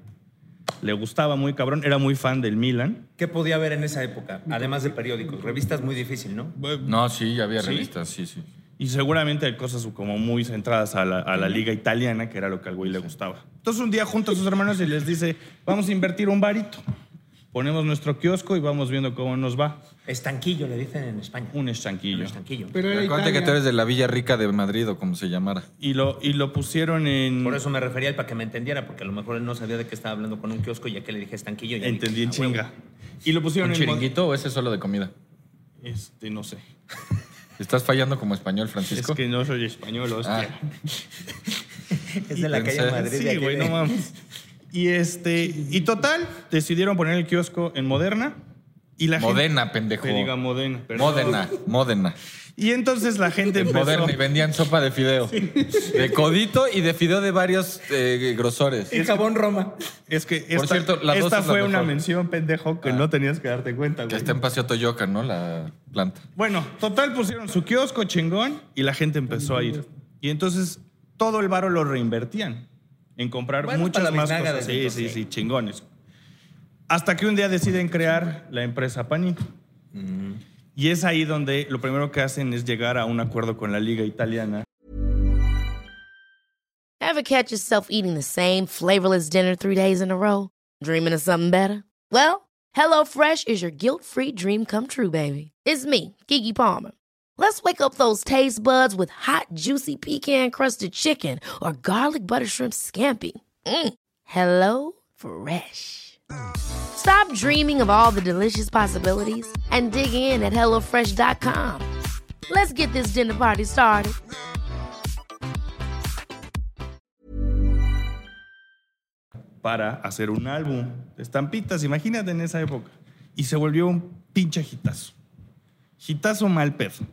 Speaker 6: le gustaba muy cabrón, era muy fan del Milan.
Speaker 5: ¿Qué podía haber en esa época? Además de periódicos. Revistas muy difícil, ¿no?
Speaker 4: No, sí, ya había
Speaker 6: ¿Sí?
Speaker 4: revistas, sí, sí.
Speaker 6: Y seguramente hay cosas como muy centradas a la, a la liga italiana, que era lo que al güey le gustaba. Entonces un día junta a sus hermanos y les dice, vamos a invertir un barito. Ponemos nuestro kiosco y vamos viendo cómo nos va.
Speaker 5: Estanquillo, le dicen en España.
Speaker 6: Un estanquillo.
Speaker 5: Estanquillo.
Speaker 3: Pero era
Speaker 4: Acuérdate que
Speaker 3: Italia.
Speaker 4: tú eres de la Villa Rica de Madrid o como se llamara.
Speaker 6: Y lo, y lo pusieron en...
Speaker 5: Por eso me refería a él, para que me entendiera, porque a lo mejor él no sabía de qué estaba hablando con un kiosco y ya que le dije estanquillo. ya
Speaker 6: Entendí
Speaker 5: dije,
Speaker 6: en
Speaker 5: "Ah, huevo".
Speaker 6: chinga. Y lo pusieron
Speaker 4: ¿Un
Speaker 6: en... mon-
Speaker 4: chiringuito o ese solo de comida?
Speaker 6: Este, no sé.
Speaker 4: Estás fallando como español,
Speaker 6: Es
Speaker 4: Francisco.
Speaker 6: que no soy español, hostia.
Speaker 4: Ah.
Speaker 5: Es de la
Speaker 4: Pensé-
Speaker 5: calle de Madrid. Ah, de
Speaker 6: Sí,
Speaker 5: aquí
Speaker 6: güey,
Speaker 5: de-
Speaker 6: no mames. Y este, y total, decidieron poner el kiosco en Moderna y la
Speaker 4: Modena,
Speaker 6: gente
Speaker 4: pendejo.
Speaker 6: Te diga Modena, perdón.
Speaker 4: Modena,
Speaker 6: *laughs*
Speaker 4: Modena.
Speaker 6: Y entonces la gente empezó
Speaker 4: Moderna y vendían sopa de fideo. De codito y de fideo de varios eh, grosores.
Speaker 5: Y jabón Roma.
Speaker 6: Es que esta,
Speaker 4: cierto, la dos
Speaker 6: esta
Speaker 4: es la
Speaker 6: fue una
Speaker 4: mejor.
Speaker 6: mención pendejo que no tenías que darte cuenta,
Speaker 4: Ah. Que
Speaker 6: güey.
Speaker 4: está en Paseo Toyoca, ¿no? La planta.
Speaker 6: Bueno, total pusieron su kiosco chingón y la gente empezó a ir. Y entonces todo el varo lo reinvertían en comprar
Speaker 5: Bueno,
Speaker 6: muchas
Speaker 5: para la
Speaker 6: más
Speaker 5: biznaga
Speaker 6: cosas.
Speaker 5: desde
Speaker 6: Sí, sí,
Speaker 5: entonces.
Speaker 6: sí, chingones. Hasta que un día deciden crear la empresa Panini. Y es ahí donde lo primero que hacen es llegar a un acuerdo con la liga italiana
Speaker 2: Ever catch yourself eating the same flavorless dinner three days in a row? Dreaming of something better? Well, HelloFresh is your guilt free dream come true, baby. It's me, Kiki Palmer. Let's wake up those taste buds with hot, juicy pecan crusted chicken or garlic butter shrimp scampi. Mm. Hello Fresh. Stop dreaming of all the delicious possibilities and dig in at HelloFresh.com. Let's get this dinner party started.
Speaker 6: para hacer un álbum de estampitas, imagínate en esa época. Y se volvió un pinche hitazo. Hitazo mal pedo.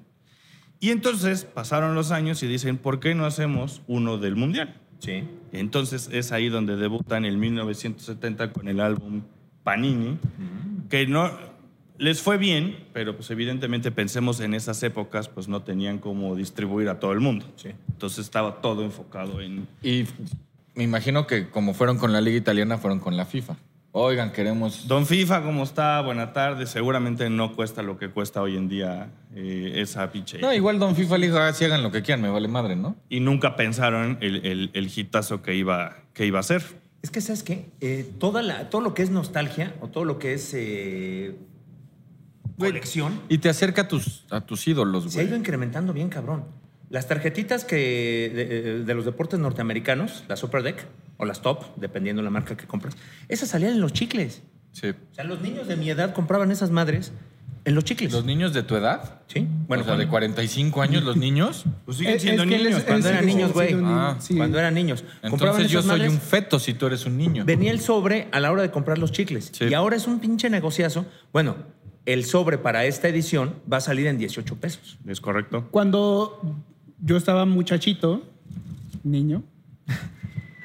Speaker 6: Y entonces pasaron los años y dicen, ¿por qué no hacemos uno del Mundial?
Speaker 5: Sí.
Speaker 6: Entonces es ahí donde debutan en 1970 con el álbum Panini, que no les fue bien, pero pues evidentemente pensemos en esas épocas, pues no tenían cómo distribuir a todo el mundo.
Speaker 5: Sí.
Speaker 6: Entonces estaba todo enfocado en...
Speaker 4: Y me imagino que como fueron con la Liga Italiana, fueron con la FIFA. Oigan, queremos.
Speaker 6: Don FIFA, ¿cómo está? Buena tarde. Seguramente no cuesta lo que cuesta hoy en día eh, esa pinche...
Speaker 4: No, igual Don FIFA le dijo, ah, sí, hagan lo que quieran, me vale madre, ¿no?
Speaker 6: Y nunca pensaron el, el, el hitazo que iba, que iba a ser.
Speaker 5: Es que, ¿sabes qué? Eh, toda la, todo lo que es nostalgia o todo lo que es eh, colección
Speaker 4: Y te acerca a tus, a tus ídolos,
Speaker 5: se ha ido
Speaker 4: güey.
Speaker 5: incrementando bien, cabrón. Las tarjetitas que de, de los deportes norteamericanos, las Super Deck o las Top, dependiendo de la marca que compras, esas salían en los chicles.
Speaker 4: Sí.
Speaker 5: O sea, los niños de mi edad compraban esas madres en los chicles.
Speaker 4: Los niños de tu edad,
Speaker 5: Sí.
Speaker 4: bueno, o sea, de 45 años,
Speaker 3: *laughs*
Speaker 4: los niños.
Speaker 6: Pues
Speaker 3: Eh,
Speaker 6: siguen
Speaker 3: es
Speaker 6: siendo
Speaker 3: que él
Speaker 6: niños.
Speaker 3: es- él
Speaker 5: Cuando
Speaker 3: sigue
Speaker 5: eran niños,
Speaker 3: siendo
Speaker 5: güey.
Speaker 3: un niño,
Speaker 4: Ah,
Speaker 3: sí.
Speaker 5: Cuando eran niños. Compraban
Speaker 4: Entonces yo
Speaker 5: esas
Speaker 4: soy
Speaker 5: madres.
Speaker 4: un feto si tú eres un niño.
Speaker 5: Venía el sobre a la hora de comprar los chicles.
Speaker 4: Sí.
Speaker 5: Y ahora es un pinche negociazo. Bueno, el sobre para esta edición va a salir en 18 pesos.
Speaker 6: Es correcto.
Speaker 3: Cuando yo estaba muchachito, niño, *laughs*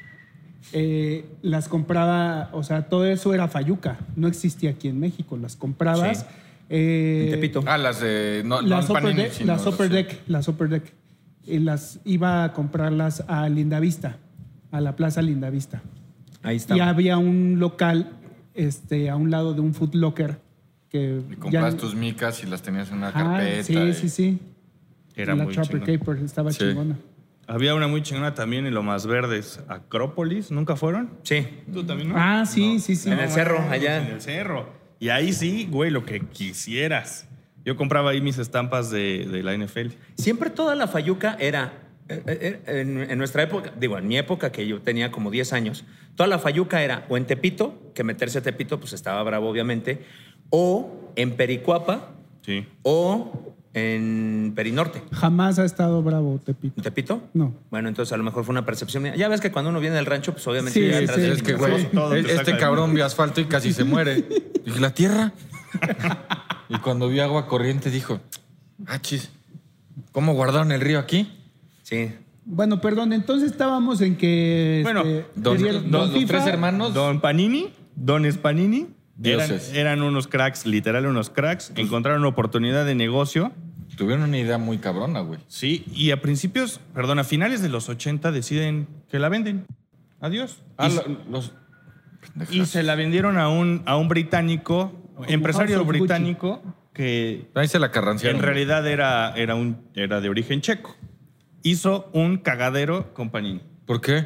Speaker 3: eh, las compraba, o sea, todo eso era fayuca, no existía aquí en México, las comprabas.
Speaker 5: Sí.
Speaker 3: eh,
Speaker 5: En Tepito.
Speaker 4: Ah, las de. No,
Speaker 3: la
Speaker 4: no
Speaker 3: Super
Speaker 4: Panini,
Speaker 3: Deck,
Speaker 4: sino
Speaker 3: la Super
Speaker 4: las-
Speaker 3: Deck, la Super Deck. Y las iba a comprarlas a Lindavista, a la Plaza Lindavista.
Speaker 5: Ahí está.
Speaker 3: Y había un local este, a un lado de un Foot Locker que
Speaker 4: Y
Speaker 3: ya-
Speaker 4: comprabas tus micas y las tenías en una
Speaker 3: Ajá,
Speaker 4: carpeta.
Speaker 3: Sí,
Speaker 4: y-
Speaker 3: sí, sí.
Speaker 6: Era
Speaker 3: la
Speaker 6: muy
Speaker 3: Trapper
Speaker 6: chingón.
Speaker 3: Caper estaba
Speaker 4: Sí.
Speaker 3: chingona.
Speaker 6: Había una muy chingona también en Lo Más Verdes, Acrópolis, ¿nunca fueron?
Speaker 5: Sí.
Speaker 6: Tú también, ¿no?
Speaker 3: Ah, sí, sí, sí.
Speaker 5: En el cerro, allá.
Speaker 6: En el cerro. Y ahí sí, güey, lo que quisieras. Yo compraba ahí mis estampas de, de la NFL.
Speaker 5: Siempre toda la fayuca era. eh, eh, eh, En, en nuestra época, digo, en mi época que yo tenía como 10 años, toda la fayuca era o en Tepito, que meterse a Tepito pues estaba bravo obviamente, o en Pericuapa
Speaker 6: Sí.
Speaker 5: o en Perinorte.
Speaker 3: Jamás ha estado bravo, Tepito.
Speaker 5: ¿En Tepito?
Speaker 3: No.
Speaker 5: Bueno, entonces a lo mejor fue una percepción mía. Ya ves que cuando uno viene del rancho, pues obviamente
Speaker 3: Sí,
Speaker 5: llega
Speaker 3: sí,
Speaker 5: atrás
Speaker 3: sí.
Speaker 5: del
Speaker 4: Es que,
Speaker 5: micrófono.
Speaker 4: güey,
Speaker 6: Todo te
Speaker 4: este
Speaker 6: saca de
Speaker 4: cabrón
Speaker 6: onda.
Speaker 4: vio asfalto y casi se
Speaker 6: *laughs*
Speaker 4: muere. Dije, ¿la tierra? Y cuando vio agua corriente dijo, ah, chis, ¿cómo guardaron el río aquí?
Speaker 5: Sí.
Speaker 3: Bueno, perdón, entonces estábamos en que.
Speaker 6: Bueno,
Speaker 3: este,
Speaker 4: Don-
Speaker 3: querían-
Speaker 4: don-
Speaker 3: don
Speaker 4: los
Speaker 3: FIFA,
Speaker 4: tres hermanos,
Speaker 6: Don Panini, Don Spanini, eran,
Speaker 4: Dioses.
Speaker 6: eran unos cracks, literal unos cracks. Encontraron una oportunidad de negocio.
Speaker 4: tuvieron una idea muy cabrona, güey.
Speaker 6: Sí, y a principios, perdón, a finales de los 80 deciden que la venden. Adiós.
Speaker 4: Ah,
Speaker 6: Y-
Speaker 4: lo- los...
Speaker 6: Y se la vendieron a un, a un británico, empresario
Speaker 3: House of Gucci.
Speaker 6: británico, que
Speaker 4: Ahí se la carranciaron.
Speaker 6: en realidad era, era, un, era de origen checo. Hizo un cagadero con Panini.
Speaker 4: ¿Por qué?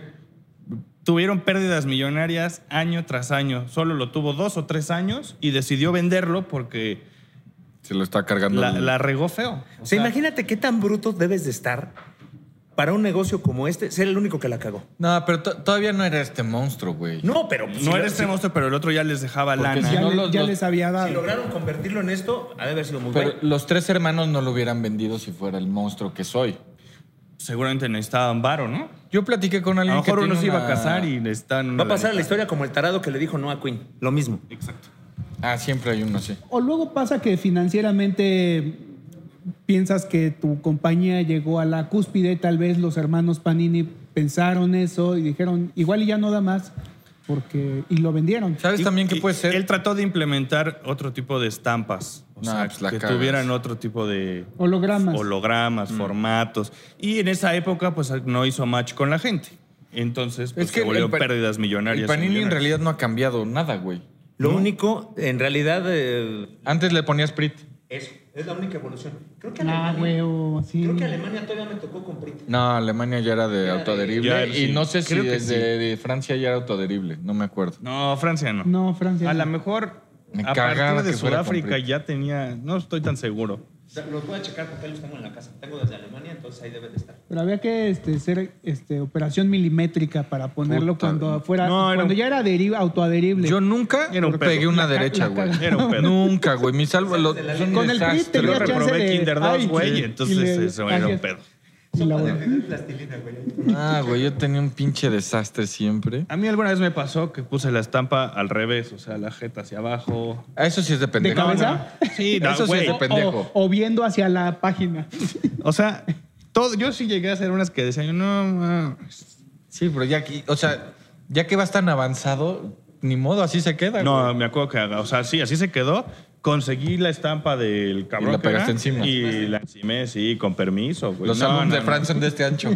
Speaker 6: Tuvieron pérdidas millonarias año tras año. Solo lo tuvo dos o tres años y decidió venderlo porque
Speaker 4: Se lo está cargando.
Speaker 6: la,
Speaker 4: el-
Speaker 6: la regó feo. O
Speaker 5: O sea,
Speaker 6: sea,
Speaker 5: imagínate qué tan bruto debes de estar para un negocio como este, ser el único que la cagó.
Speaker 4: No, pero to- todavía no era este monstruo, güey.
Speaker 5: No, pero... pues,
Speaker 6: No era este monstruo, pero el otro ya les dejaba
Speaker 4: Porque
Speaker 6: lana.
Speaker 4: si
Speaker 3: Ya,
Speaker 4: no,
Speaker 3: le-
Speaker 4: los-
Speaker 3: ya
Speaker 4: los-
Speaker 3: les había
Speaker 5: Si
Speaker 3: dado.
Speaker 5: lograron convertirlo en esto, ha de haber sido muy
Speaker 4: Pero
Speaker 5: bueno.
Speaker 4: los tres hermanos no lo hubieran vendido si fuera el monstruo que soy.
Speaker 6: Seguramente necesitaban varo, ¿no?
Speaker 4: Yo platiqué con
Speaker 6: A
Speaker 4: alguien
Speaker 6: lo
Speaker 4: que
Speaker 6: mejor
Speaker 4: tiene
Speaker 6: uno se iba
Speaker 4: una-
Speaker 6: a casar y necesitaban...
Speaker 5: Va a pasar a la historia como el tarado que le dijo no a Queen. Lo mismo.
Speaker 6: Exacto.
Speaker 4: Ah, siempre hay uno, sí.
Speaker 3: O luego pasa que financieramente piensas que tu compañía llegó a la cúspide, tal vez los hermanos Panini pensaron eso y dijeron, igual y ya no da más, porque y lo vendieron.
Speaker 4: ¿Sabes
Speaker 6: Y-
Speaker 4: también que
Speaker 6: y
Speaker 4: puede ser?
Speaker 6: Él trató de implementar otro tipo de estampas. O
Speaker 4: No,
Speaker 6: sea,
Speaker 4: pues la
Speaker 6: que
Speaker 4: cagas. Mm.
Speaker 6: tuvieran otro tipo de
Speaker 3: Hologramas.
Speaker 6: hologramas, formatos. Y en esa época, pues no hizo match con la gente. Entonces, pues, se volvieron
Speaker 4: pa-
Speaker 6: pérdidas millonarias.
Speaker 4: El
Speaker 6: y
Speaker 4: Panini en
Speaker 6: millonarias.
Speaker 4: realidad no ha cambiado nada, güey.
Speaker 5: Lo único, en realidad, eh,
Speaker 4: Antes le ponías Prit.
Speaker 5: es, es la única evolución. Creo que
Speaker 3: Ah,
Speaker 5: Alemania,
Speaker 3: huevo, sí.
Speaker 5: creo que Alemania todavía me tocó con Brit.
Speaker 4: No, Alemania ya era de
Speaker 5: Ya,
Speaker 4: autoadherible.
Speaker 6: ya,
Speaker 4: y
Speaker 6: sí.
Speaker 4: no sé si
Speaker 6: Creo que
Speaker 4: desde de Francia ya era autoadherible. No me acuerdo.
Speaker 6: No, Francia no.
Speaker 3: No, Francia.
Speaker 6: A
Speaker 3: no.
Speaker 6: lo mejor
Speaker 4: Me
Speaker 6: a
Speaker 4: cagaba
Speaker 6: partir de
Speaker 4: que fuera
Speaker 6: Sudáfrica
Speaker 4: completo.
Speaker 6: ya tenía. No estoy tan seguro.
Speaker 5: Los voy a checar porque ahí los tengo en la casa. Tengo desde Alemania, entonces ahí debe de estar.
Speaker 3: Pero había que este, ser este, operación milimétrica para ponerlo
Speaker 4: Puta.
Speaker 3: cuando fuera,
Speaker 6: No, era
Speaker 3: cuando
Speaker 6: un-
Speaker 3: ya era adheri- autoadherible.
Speaker 4: Yo nunca
Speaker 6: Era un pedo.
Speaker 4: pegué una
Speaker 3: La ca-
Speaker 4: derecha,
Speaker 3: la
Speaker 4: güey.
Speaker 3: caga-
Speaker 6: *laughs* Era un pedo.
Speaker 4: Nunca,
Speaker 3: *laughs*
Speaker 4: güey. Mis salvos. Lo, son
Speaker 3: Con el
Speaker 4: desastre,
Speaker 3: Prit tenía
Speaker 4: güey.
Speaker 6: Yo
Speaker 3: chance
Speaker 6: reprobé
Speaker 3: de-
Speaker 6: Kinder 2,
Speaker 3: Ay,
Speaker 6: güey,
Speaker 3: sí.
Speaker 6: y entonces
Speaker 3: Y le-
Speaker 6: eso era
Speaker 3: así
Speaker 6: un
Speaker 3: es.
Speaker 6: pedo.
Speaker 3: elaborado.
Speaker 4: Ah, güey, yo tenía un pinche desastre siempre.
Speaker 6: A mí alguna vez me pasó que puse la estampa al revés, o sea, la jeta hacia abajo.
Speaker 4: Ah, Eso sí es de pendejo.
Speaker 3: ¿De cabeza?
Speaker 4: *laughs*
Speaker 6: Sí, no,
Speaker 4: Eso sí es
Speaker 6: güey.
Speaker 4: de pendejo.
Speaker 3: O, o viendo hacia la página. *laughs*
Speaker 6: O sea, todo, yo sí llegué a hacer unas que decían, no, mames".
Speaker 4: Sí, pero ya aquí, o sea, ya que vas tan avanzado, ni modo, así se queda.
Speaker 6: no,
Speaker 4: güey.
Speaker 6: me acuerdo que, o sea, sí, así se quedó. Conseguí la estampa del cabrón.
Speaker 4: Y la
Speaker 6: que era,
Speaker 4: pegaste encima.
Speaker 6: Y la encimé, sí, con permiso, güey.
Speaker 4: Los
Speaker 6: No,
Speaker 4: álbumes
Speaker 6: no,
Speaker 4: de
Speaker 6: no.
Speaker 4: Fran son de este
Speaker 6: *laughs*
Speaker 4: ancho.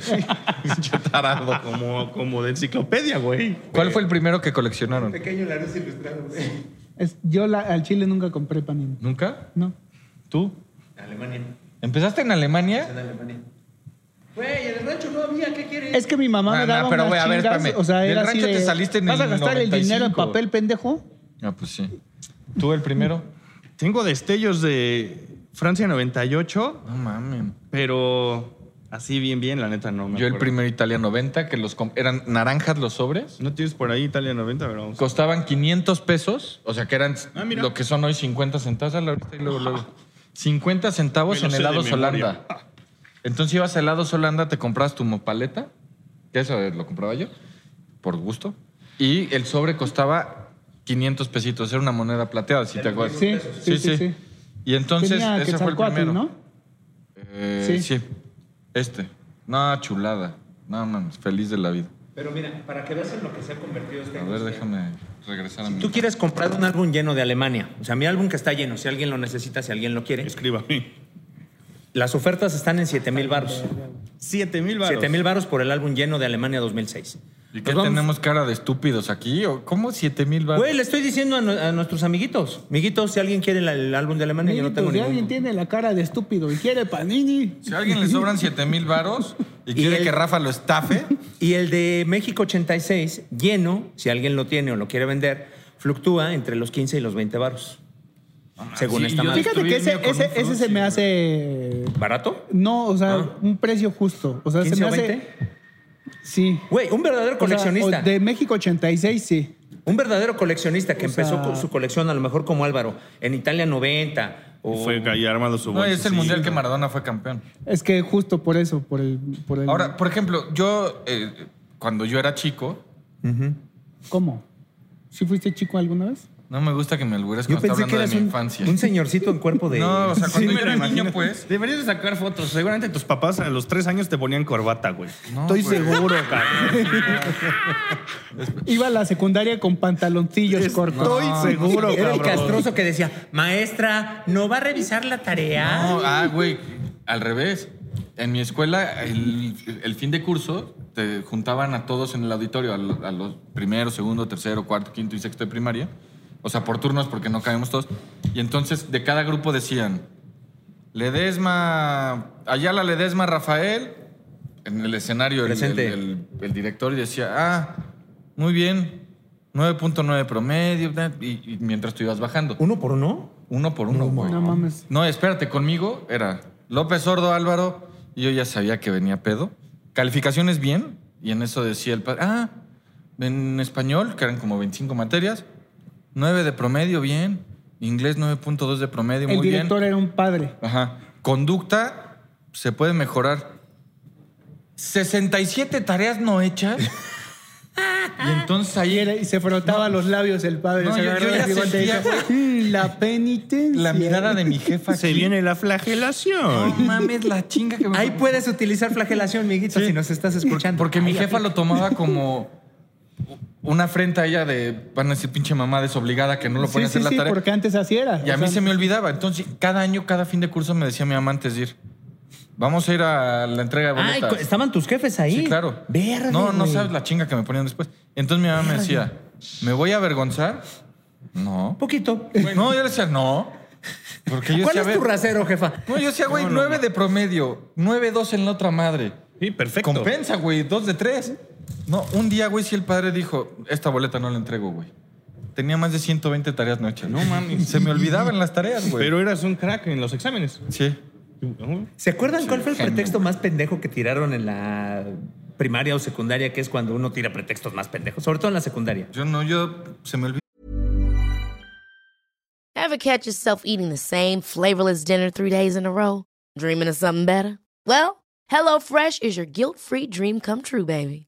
Speaker 4: Pinche tarado.
Speaker 6: Como, como de enciclopedia, güey.
Speaker 4: ¿Cuál fue el primero que coleccionaron?
Speaker 3: Es- yo la- al Chile nunca compré panini.
Speaker 4: ¿Nunca?
Speaker 3: No.
Speaker 6: ¿Tú?
Speaker 5: Alemania.
Speaker 4: ¿Empezaste en Alemania?
Speaker 5: En Alemania.
Speaker 3: Es que mi mamá
Speaker 4: Ah,
Speaker 3: me daba
Speaker 4: no, pero,
Speaker 3: unas
Speaker 4: güey, a ver,
Speaker 3: chingas,
Speaker 4: espérame.
Speaker 3: O sea,
Speaker 4: Del
Speaker 3: era así
Speaker 4: rancho
Speaker 3: de,
Speaker 4: te saliste en
Speaker 3: ¿Vas a
Speaker 4: el
Speaker 3: gastar el dinero en
Speaker 4: 95?
Speaker 3: papel, pendejo?
Speaker 4: Ah, pues sí. ¿Tú el primero?
Speaker 6: Tengo destellos de Francia 98,
Speaker 4: No mames.
Speaker 6: pero así bien, bien, la neta no me
Speaker 4: Yo el
Speaker 6: acuerdo.
Speaker 4: primero Italia 90, que los comp- eran naranjas los sobres.
Speaker 6: ¿No tienes por ahí Italia 90? Pero vamos.
Speaker 4: Costaban 500 pesos, o sea que eran
Speaker 6: Ah, mira.
Speaker 4: lo que son hoy 50 centavos. Dale ahorita y luego, luego. 50 centavos
Speaker 6: Me lo
Speaker 4: en
Speaker 6: sé de
Speaker 4: helados
Speaker 6: memoria.
Speaker 4: Holanda. Entonces ibas a helados Holanda, te comprabas tu mopaleta, que eso eh, lo compraba yo, por gusto. Y el sobre costaba 500 pesitos, era una moneda plateada, si te acuerdas.
Speaker 3: Sí, sí, sí, sí.
Speaker 4: Y entonces
Speaker 3: Tenía
Speaker 4: ese fue el
Speaker 3: Quetzalcóatl,
Speaker 4: primero.
Speaker 3: ¿no?
Speaker 4: Eh, sí.
Speaker 3: Sí.
Speaker 4: Este. No, chulada. No, mames, feliz de la vida.
Speaker 5: Pero mira, para que veas en lo que se ha convertido este ¿eh?
Speaker 4: A ver, déjame regresar a mi...
Speaker 5: Tú quieres comprar un álbum lleno de Alemania. O sea, mi álbum que está lleno, si alguien lo necesita, si alguien lo quiere.
Speaker 6: Escríbame.
Speaker 5: Las ofertas están en 7 mil baros.
Speaker 6: 7 mil
Speaker 5: 7 mil baros por el álbum lleno de Alemania 2006.
Speaker 4: ¿Y
Speaker 5: Nos
Speaker 4: qué
Speaker 5: vamos-
Speaker 4: tenemos cara de estúpidos aquí? ¿O ¿Cómo siete mil baros?
Speaker 5: Güey, le estoy diciendo a, nu- a nuestros amiguitos. Amiguitos, si alguien quiere la- el álbum de Alemania, yo no
Speaker 3: Amiguitos,
Speaker 5: tengo
Speaker 3: pues, si alguien
Speaker 5: ningún.
Speaker 3: tiene la cara de estúpido y quiere panini.
Speaker 4: Si a alguien le sobran siete mil varos y
Speaker 5: *laughs* Y
Speaker 4: quiere
Speaker 5: el-
Speaker 4: que Rafa lo
Speaker 5: *laughs*
Speaker 4: estafe,
Speaker 5: Y el de México 86, lleno, si alguien lo tiene o lo quiere vender, fluctúa entre los 15 y los 20 baros. Según
Speaker 4: sí,
Speaker 5: esta
Speaker 4: yo-
Speaker 5: madre.
Speaker 3: Fíjate que ese,
Speaker 4: Destruirme con
Speaker 3: ese,
Speaker 4: un
Speaker 3: ese se
Speaker 4: frutzi,
Speaker 3: me hace.
Speaker 5: ¿Barato?
Speaker 3: No, o sea,
Speaker 4: Ah.
Speaker 3: un precio justo. O sea, se
Speaker 5: 15
Speaker 3: me
Speaker 5: o
Speaker 3: hace.
Speaker 5: 20.
Speaker 3: Sí.
Speaker 5: Güey, un verdadero
Speaker 3: O sea,
Speaker 5: coleccionista.
Speaker 3: o de México 86, sí.
Speaker 5: Un verdadero coleccionista que
Speaker 3: O
Speaker 5: empezó
Speaker 3: sea-
Speaker 5: con su colección, a lo mejor como Álvaro, en Italia 90. O...
Speaker 6: Fue ahí armando su
Speaker 4: no,
Speaker 6: bolsa,
Speaker 4: es el
Speaker 6: sí.
Speaker 4: mundial que Maradona fue campeón.
Speaker 3: Es que justo por eso, por el. Por el
Speaker 4: Ahora, por ejemplo, yo, eh, cuando yo era chico,
Speaker 3: ¿Cómo? ¿Sí fuiste chico alguna vez?
Speaker 4: no me gusta que me albures
Speaker 5: Yo
Speaker 4: cuando está
Speaker 5: pensé que
Speaker 4: hablando de
Speaker 5: eras
Speaker 4: mi
Speaker 5: un,
Speaker 4: infancia.
Speaker 5: un señorcito en
Speaker 3: *laughs*
Speaker 5: cuerpo de.
Speaker 4: No,
Speaker 5: *laughs*
Speaker 4: o sea,
Speaker 6: Sí,
Speaker 4: cuando
Speaker 6: me
Speaker 4: yo
Speaker 6: lo
Speaker 4: era niño,
Speaker 6: imagino.
Speaker 4: pues...
Speaker 6: Deberías de sacar fotos. Seguramente tus papás a los tres años te ponían corbata, güey.
Speaker 4: no,
Speaker 6: Estoy
Speaker 4: güey.
Speaker 6: seguro, cabrón.
Speaker 3: Iba a la secundaria con pantaloncillos cortos.
Speaker 6: Estoy
Speaker 5: Ah.
Speaker 6: seguro,
Speaker 5: Era
Speaker 6: cabrón.
Speaker 5: el castroso que decía, maestra, ¿no va a revisar la tarea?
Speaker 4: No, ah, güey, al revés. En mi escuela, el, el fin de curso, te juntaban a todos en el auditorio, a, lo- a los primero, segundo, tercero, cuarto, quinto y sexto de primaria. O sea, por turnos, porque no cabemos todos. Y entonces, de cada grupo decían, Ledesma, Ayala Ledesma Rafael, en el escenario, el,
Speaker 5: Presente.
Speaker 4: el- el- el director, y decía, ah, muy bien, 9.9 promedio, y, y mientras tú ibas bajando.
Speaker 5: ¿Uno por uno?
Speaker 4: Uno por uno, güey.
Speaker 3: No mames.
Speaker 4: No, espérate, conmigo era López Sordo Álvaro y yo ya sabía que venía pedo. Calificaciones bien, y en eso decía el padre, ah, en español, que eran como 25 materias, 9 de promedio, bien, inglés 9.2 de promedio,
Speaker 3: El
Speaker 4: muy
Speaker 3: director
Speaker 4: bien.
Speaker 3: era un padre.
Speaker 4: Ajá. Conducta se puede mejorar. 67 tareas
Speaker 3: *laughs*
Speaker 4: no hechas. y entonces
Speaker 3: Y,
Speaker 4: ahí
Speaker 3: era- y se frotaba los labios el padre.
Speaker 4: No,
Speaker 3: se
Speaker 4: yo-
Speaker 3: agarraba
Speaker 4: yo ya
Speaker 3: el bigote y
Speaker 4: sentía,
Speaker 3: decía, "Mm, la penitencia.
Speaker 4: la mirada de mi jefa
Speaker 6: Se
Speaker 4: aquí.
Speaker 6: viene la flagelación.
Speaker 4: No mames, la chinga que me
Speaker 5: Ahí puedes utilizar flagelación, miguito, si nos estás escuchando.
Speaker 4: Porque mi
Speaker 5: Ahí
Speaker 4: jefa lo tomaba como una afrenta a ella de, van a decir, pinche mamá desobligada que no lo
Speaker 3: Sí,
Speaker 4: puede
Speaker 3: sí,
Speaker 4: hacer
Speaker 3: sí,
Speaker 4: la tarea.
Speaker 3: porque antes así era.
Speaker 4: Y a
Speaker 3: O
Speaker 4: mí
Speaker 3: sea,
Speaker 4: se me olvidaba. Entonces, cada año, cada fin de curso me decía mi mamá antes de ir, vamos a ir a la entrega de
Speaker 5: Ay,
Speaker 4: boletas.
Speaker 5: cu- estaban tus jefes ahí.
Speaker 4: Sí, claro.
Speaker 5: Verde,
Speaker 4: no, no
Speaker 5: güey.
Speaker 4: sabes la chinga que me ponían después. Entonces mi mamá me decía, ¿me voy a avergonzar? No.
Speaker 5: Un poquito.
Speaker 4: No, yo le decía, no. Porque yo
Speaker 5: ¿Cuál
Speaker 4: decía,
Speaker 5: es
Speaker 4: "A
Speaker 5: tu
Speaker 4: ver".
Speaker 5: rasero, jefa?
Speaker 4: No, yo decía, güey, nueve de promedio, nueve dos en la otra madre.
Speaker 6: Sí, perfecto.
Speaker 4: Compensa, güey, dos de tres. No, un día, güey, si el padre dijo, esta boleta no la entrego, güey. Tenía más de 120 tareas no hechas. No mames. Se me olvidaban las tareas, güey.
Speaker 6: Pero eras un crack en los exámenes.
Speaker 4: Sí.
Speaker 5: ¿Se acuerdan cuál fue el
Speaker 4: genio,
Speaker 5: pretexto más pendejo que tiraron en la primaria o secundaria, que es cuando uno tira pretextos más pendejos? Sobre todo en la secundaria.
Speaker 4: Yo no, yo se me olvidó.
Speaker 2: Ever catch yourself eating the same flavorless dinner three days in a row? Dreaming of something better? Well, HelloFresh is your guilt-free dream come true, baby.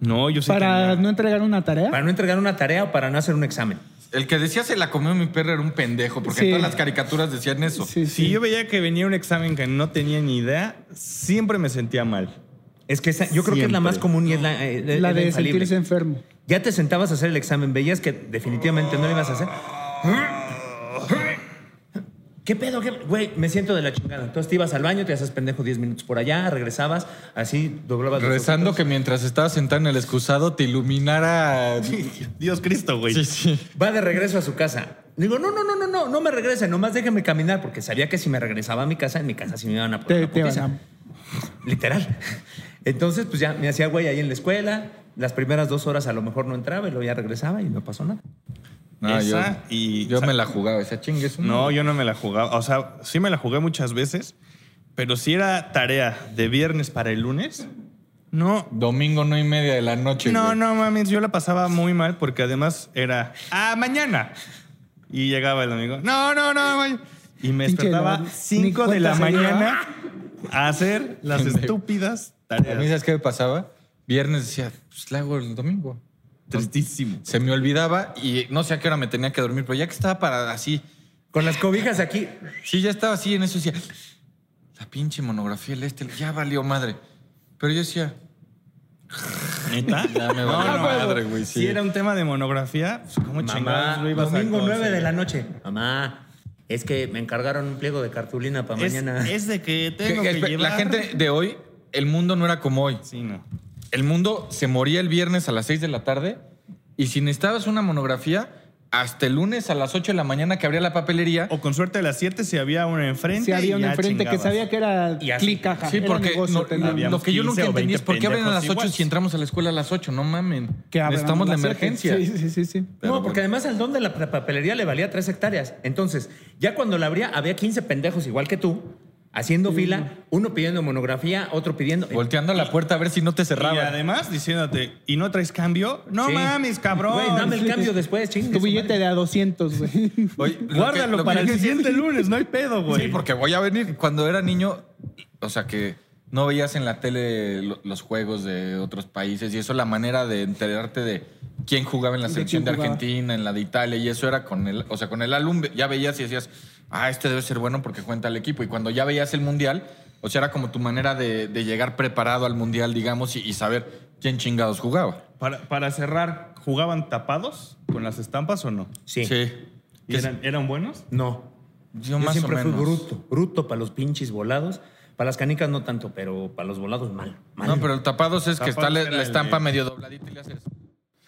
Speaker 6: No, yo sí
Speaker 3: Para
Speaker 6: tenía.
Speaker 3: no entregar una tarea.
Speaker 5: Para no entregar una tarea o para no hacer un examen.
Speaker 4: El que decía se la comió mi perro era un pendejo, porque
Speaker 3: Sí.
Speaker 4: todas las caricaturas decían eso.
Speaker 3: Sí,
Speaker 6: Si
Speaker 3: sí.
Speaker 6: yo veía que venía un examen que no tenía ni idea, siempre me sentía mal.
Speaker 5: Es que esa- yo creo que es la
Speaker 6: Siempre.
Speaker 5: más común y es la, eh, es
Speaker 3: La de
Speaker 5: infalible.
Speaker 3: sentirse enfermo.
Speaker 5: Ya te sentabas a hacer el examen, veías que definitivamente no lo ibas a hacer. ¿Qué pedo? qué- Güey, me siento de la chingada. Entonces te ibas al baño, te hacías pendejo 10 minutos por allá, regresabas, así doblabas. los
Speaker 4: Rezando
Speaker 5: ojitos.
Speaker 4: que mientras estabas sentado en el excusado te iluminara.
Speaker 6: Dios Cristo, güey.
Speaker 4: Sí, sí.
Speaker 5: Va de regreso a su casa. Digo, no, no, no, no, no, no me regrese, nomás déjeme caminar, porque sabía que si me regresaba a mi casa, en mi casa sí me iban a poner
Speaker 3: Te,
Speaker 5: una
Speaker 3: te van
Speaker 5: putiza.
Speaker 3: a-
Speaker 5: Literal. Entonces, pues ya me hacía güey ahí en la escuela. Las primeras dos horas a lo mejor no entraba y luego ya regresaba y no pasó nada.
Speaker 4: No,
Speaker 6: Esa
Speaker 4: yo,
Speaker 6: y-
Speaker 4: yo me la jugaba, esa chingue es un-
Speaker 6: No, yo no me la jugaba. O sea, sí me la jugué muchas veces, pero si era tarea de viernes para el lunes, no.
Speaker 4: Domingo no y media de la noche.
Speaker 6: No,
Speaker 4: güey.
Speaker 6: no mames, yo la pasaba muy mal porque además era, ah, mañana. Y llegaba el amigo, no, no, no, ma-". Y me
Speaker 3: Pinche
Speaker 6: despertaba
Speaker 3: ladrón.
Speaker 6: 5
Speaker 3: Ni
Speaker 6: de la
Speaker 3: cuenta se
Speaker 6: mañana a hacer las
Speaker 4: Pendejo.
Speaker 6: estúpidas
Speaker 4: A mí,
Speaker 6: tareas.
Speaker 4: ¿sabes qué me pasaba? Viernes decía, pues la hago el domingo.
Speaker 6: Tristísimo.
Speaker 4: Se me olvidaba y no sé a qué hora me tenía que dormir, pero ya que estaba para así,
Speaker 5: Con las cobijas aquí.
Speaker 4: sí, ya estaba así en eso, decía, la pinche monografía del este, ya valió madre. Pero yo decía,
Speaker 6: ¿Neta?
Speaker 4: ya me valió madre, güey.
Speaker 6: Si era un tema de monografía, pues, ¿cómo
Speaker 5: Mamá,
Speaker 6: chingados lo ibas a
Speaker 5: domingo 9 de
Speaker 6: conseguir?
Speaker 5: la noche. Mamá, es que me encargaron un pliego de cartulina para
Speaker 6: Es,
Speaker 5: mañana.
Speaker 6: es de que
Speaker 4: Que-
Speaker 6: tengo que,
Speaker 4: espe-
Speaker 6: llevar.
Speaker 4: La gente de hoy, el mundo no era como hoy.
Speaker 6: Sí, no.
Speaker 4: El mundo se moría el viernes a las 6 de la tarde y si necesitabas una monografía, hasta el lunes a las 8 de la mañana que abría la papelería.
Speaker 6: O con suerte a las 7 si había una enfrente.
Speaker 3: Si había
Speaker 6: y
Speaker 3: un
Speaker 6: ya
Speaker 3: enfrente que
Speaker 6: chingabas.
Speaker 3: sabía que era
Speaker 5: Y así.
Speaker 3: clic caja.
Speaker 4: Sí,
Speaker 3: era
Speaker 4: porque
Speaker 3: negocio,
Speaker 4: no-
Speaker 3: tenía-
Speaker 6: había-
Speaker 4: lo que yo
Speaker 6: 15
Speaker 4: nunca
Speaker 6: o 20
Speaker 4: entendí es por qué abren a las 8
Speaker 6: pendejos
Speaker 4: si
Speaker 6: iguales.
Speaker 4: entramos a la escuela a las 8. No mamen.
Speaker 3: que abran
Speaker 4: Necesitamos la
Speaker 3: las siete.
Speaker 4: emergencia.
Speaker 3: Sí, sí, sí, sí.
Speaker 5: No, porque además al don de la pa- papelería le valía tres hectáreas. Entonces, ya cuando la abría, había 15 pendejos igual que tú, haciendo fila, uno pidiendo monografía, otro pidiendo.
Speaker 4: Volteando la puerta a ver si no te
Speaker 6: Y
Speaker 4: cerraban.
Speaker 6: además diciéndote, ¿y no traes cambio? No
Speaker 5: Sí.
Speaker 6: mames, cabrón.
Speaker 5: Güey, dame el cambio después, chingue.
Speaker 3: Tu
Speaker 5: su
Speaker 3: billete
Speaker 5: madre.
Speaker 3: de a 200, güey.
Speaker 4: Oye, lo que-
Speaker 6: Guárdalo
Speaker 4: lo que-
Speaker 6: para el siguiente lunes, no hay pedo, güey.
Speaker 4: Sí, porque voy a venir. Cuando era niño, o sea que no veías en la tele lo- los juegos de otros países y eso la manera de enterarte de quién jugaba en la
Speaker 3: De
Speaker 4: selección de,
Speaker 3: quién jugaba.
Speaker 4: Argentina, en la de Italia y eso era con el, o sea, con el álbum ya veías y decías, ah, este debe ser bueno porque cuenta el equipo y cuando ya veías el mundial, o sea, era como tu manera de, de llegar preparado al mundial, digamos, y, y saber quién chingados jugaba.
Speaker 6: Para, para cerrar, ¿jugaban tapados con las estampas o no?
Speaker 5: Sí.
Speaker 6: ¿Y ¿Eran, eran buenos?
Speaker 5: No.
Speaker 4: Yo
Speaker 5: Yo,
Speaker 4: más o
Speaker 5: siempre fui
Speaker 4: menos.
Speaker 5: bruto, bruto para los pinches volados. Para las canicas no tanto, pero para los volados mal. mal.
Speaker 4: No, pero el tapados es que
Speaker 6: Tapados
Speaker 4: está la,
Speaker 6: era
Speaker 4: la
Speaker 6: el
Speaker 4: estampa
Speaker 6: de-
Speaker 4: medio dobladita y le haces.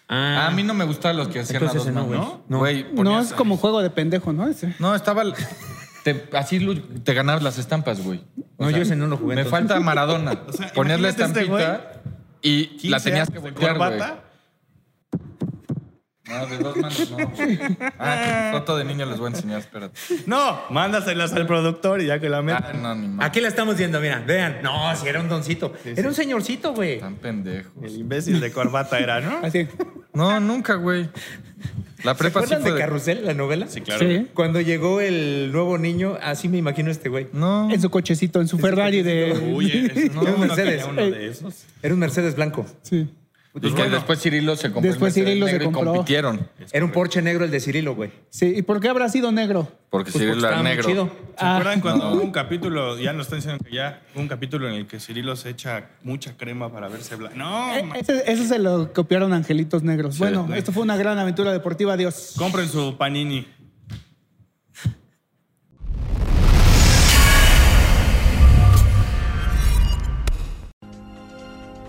Speaker 5: Ah,
Speaker 4: A mí no me gustaban los que hacían las
Speaker 5: Entonces
Speaker 4: dos manos.
Speaker 5: ese no, güey.
Speaker 4: No,
Speaker 5: No.
Speaker 4: güey.
Speaker 3: No
Speaker 4: ponías-
Speaker 3: es como juego de pendejo, ¿no? Ese.
Speaker 4: No, estaba. te- así lu- te ganabas las estampas, güey. O
Speaker 5: No, yo ese no lo jugué,
Speaker 4: Me
Speaker 5: entonces.
Speaker 4: falta Maradona.
Speaker 6: O sea,
Speaker 4: Ponías la
Speaker 6: imagínate
Speaker 4: estampita
Speaker 6: este güey,
Speaker 4: y la
Speaker 6: 15
Speaker 4: tenías que
Speaker 6: años de
Speaker 4: voltear, güey.
Speaker 6: corbata.
Speaker 4: No, de dos manos no. güey. Ah, qué foto de niño les voy a enseñar, espérate.
Speaker 6: No, mándaselas al productor y ya que la metan.
Speaker 4: Ah, no, ni más.
Speaker 5: Aquí la estamos viendo, mira, vean. No, si era un doncito. Era un señorcito, güey.
Speaker 4: Tan pendejos.
Speaker 6: El imbécil de corbata era, ¿no?
Speaker 3: Así.
Speaker 4: No, nunca, güey. La
Speaker 5: ¿Se
Speaker 4: prepa sí
Speaker 5: acuerdan
Speaker 4: fue
Speaker 5: de
Speaker 4: de-
Speaker 5: Carrusel, la novela?
Speaker 6: Sí, claro.
Speaker 3: Sí.
Speaker 5: Cuando llegó el nuevo niño, así me imagino este güey.
Speaker 4: No.
Speaker 3: En su cochecito, en su Ferrari de. *laughs*
Speaker 6: Oye, es- no,
Speaker 5: Era un
Speaker 6: no
Speaker 5: Mercedes.
Speaker 6: quería uno de esos.
Speaker 5: Era un Mercedes blanco.
Speaker 3: Sí.
Speaker 4: Y que después Cirilo se compró. el
Speaker 3: Después Cirilo se
Speaker 4: negro y
Speaker 3: compró.
Speaker 4: compitieron.
Speaker 5: Era un Porsche negro el de Cirilo, güey.
Speaker 3: Sí. ¿Y por qué habrá sido negro?
Speaker 4: Porque
Speaker 5: Pues porque
Speaker 4: Cirilo era
Speaker 5: estaba muy
Speaker 4: negro.
Speaker 5: chido.
Speaker 6: ¿Se acuerdan cuando hubo un capítulo, ya nos están diciendo que ya, hubo un capítulo en el que Cirilo se echa mucha crema para verse blanco? No,
Speaker 3: Eh,
Speaker 6: ma-
Speaker 3: Ese, ese se lo copiaron Angelitos Negros. bueno, esto fue una gran aventura deportiva, adiós.
Speaker 6: compren su panini.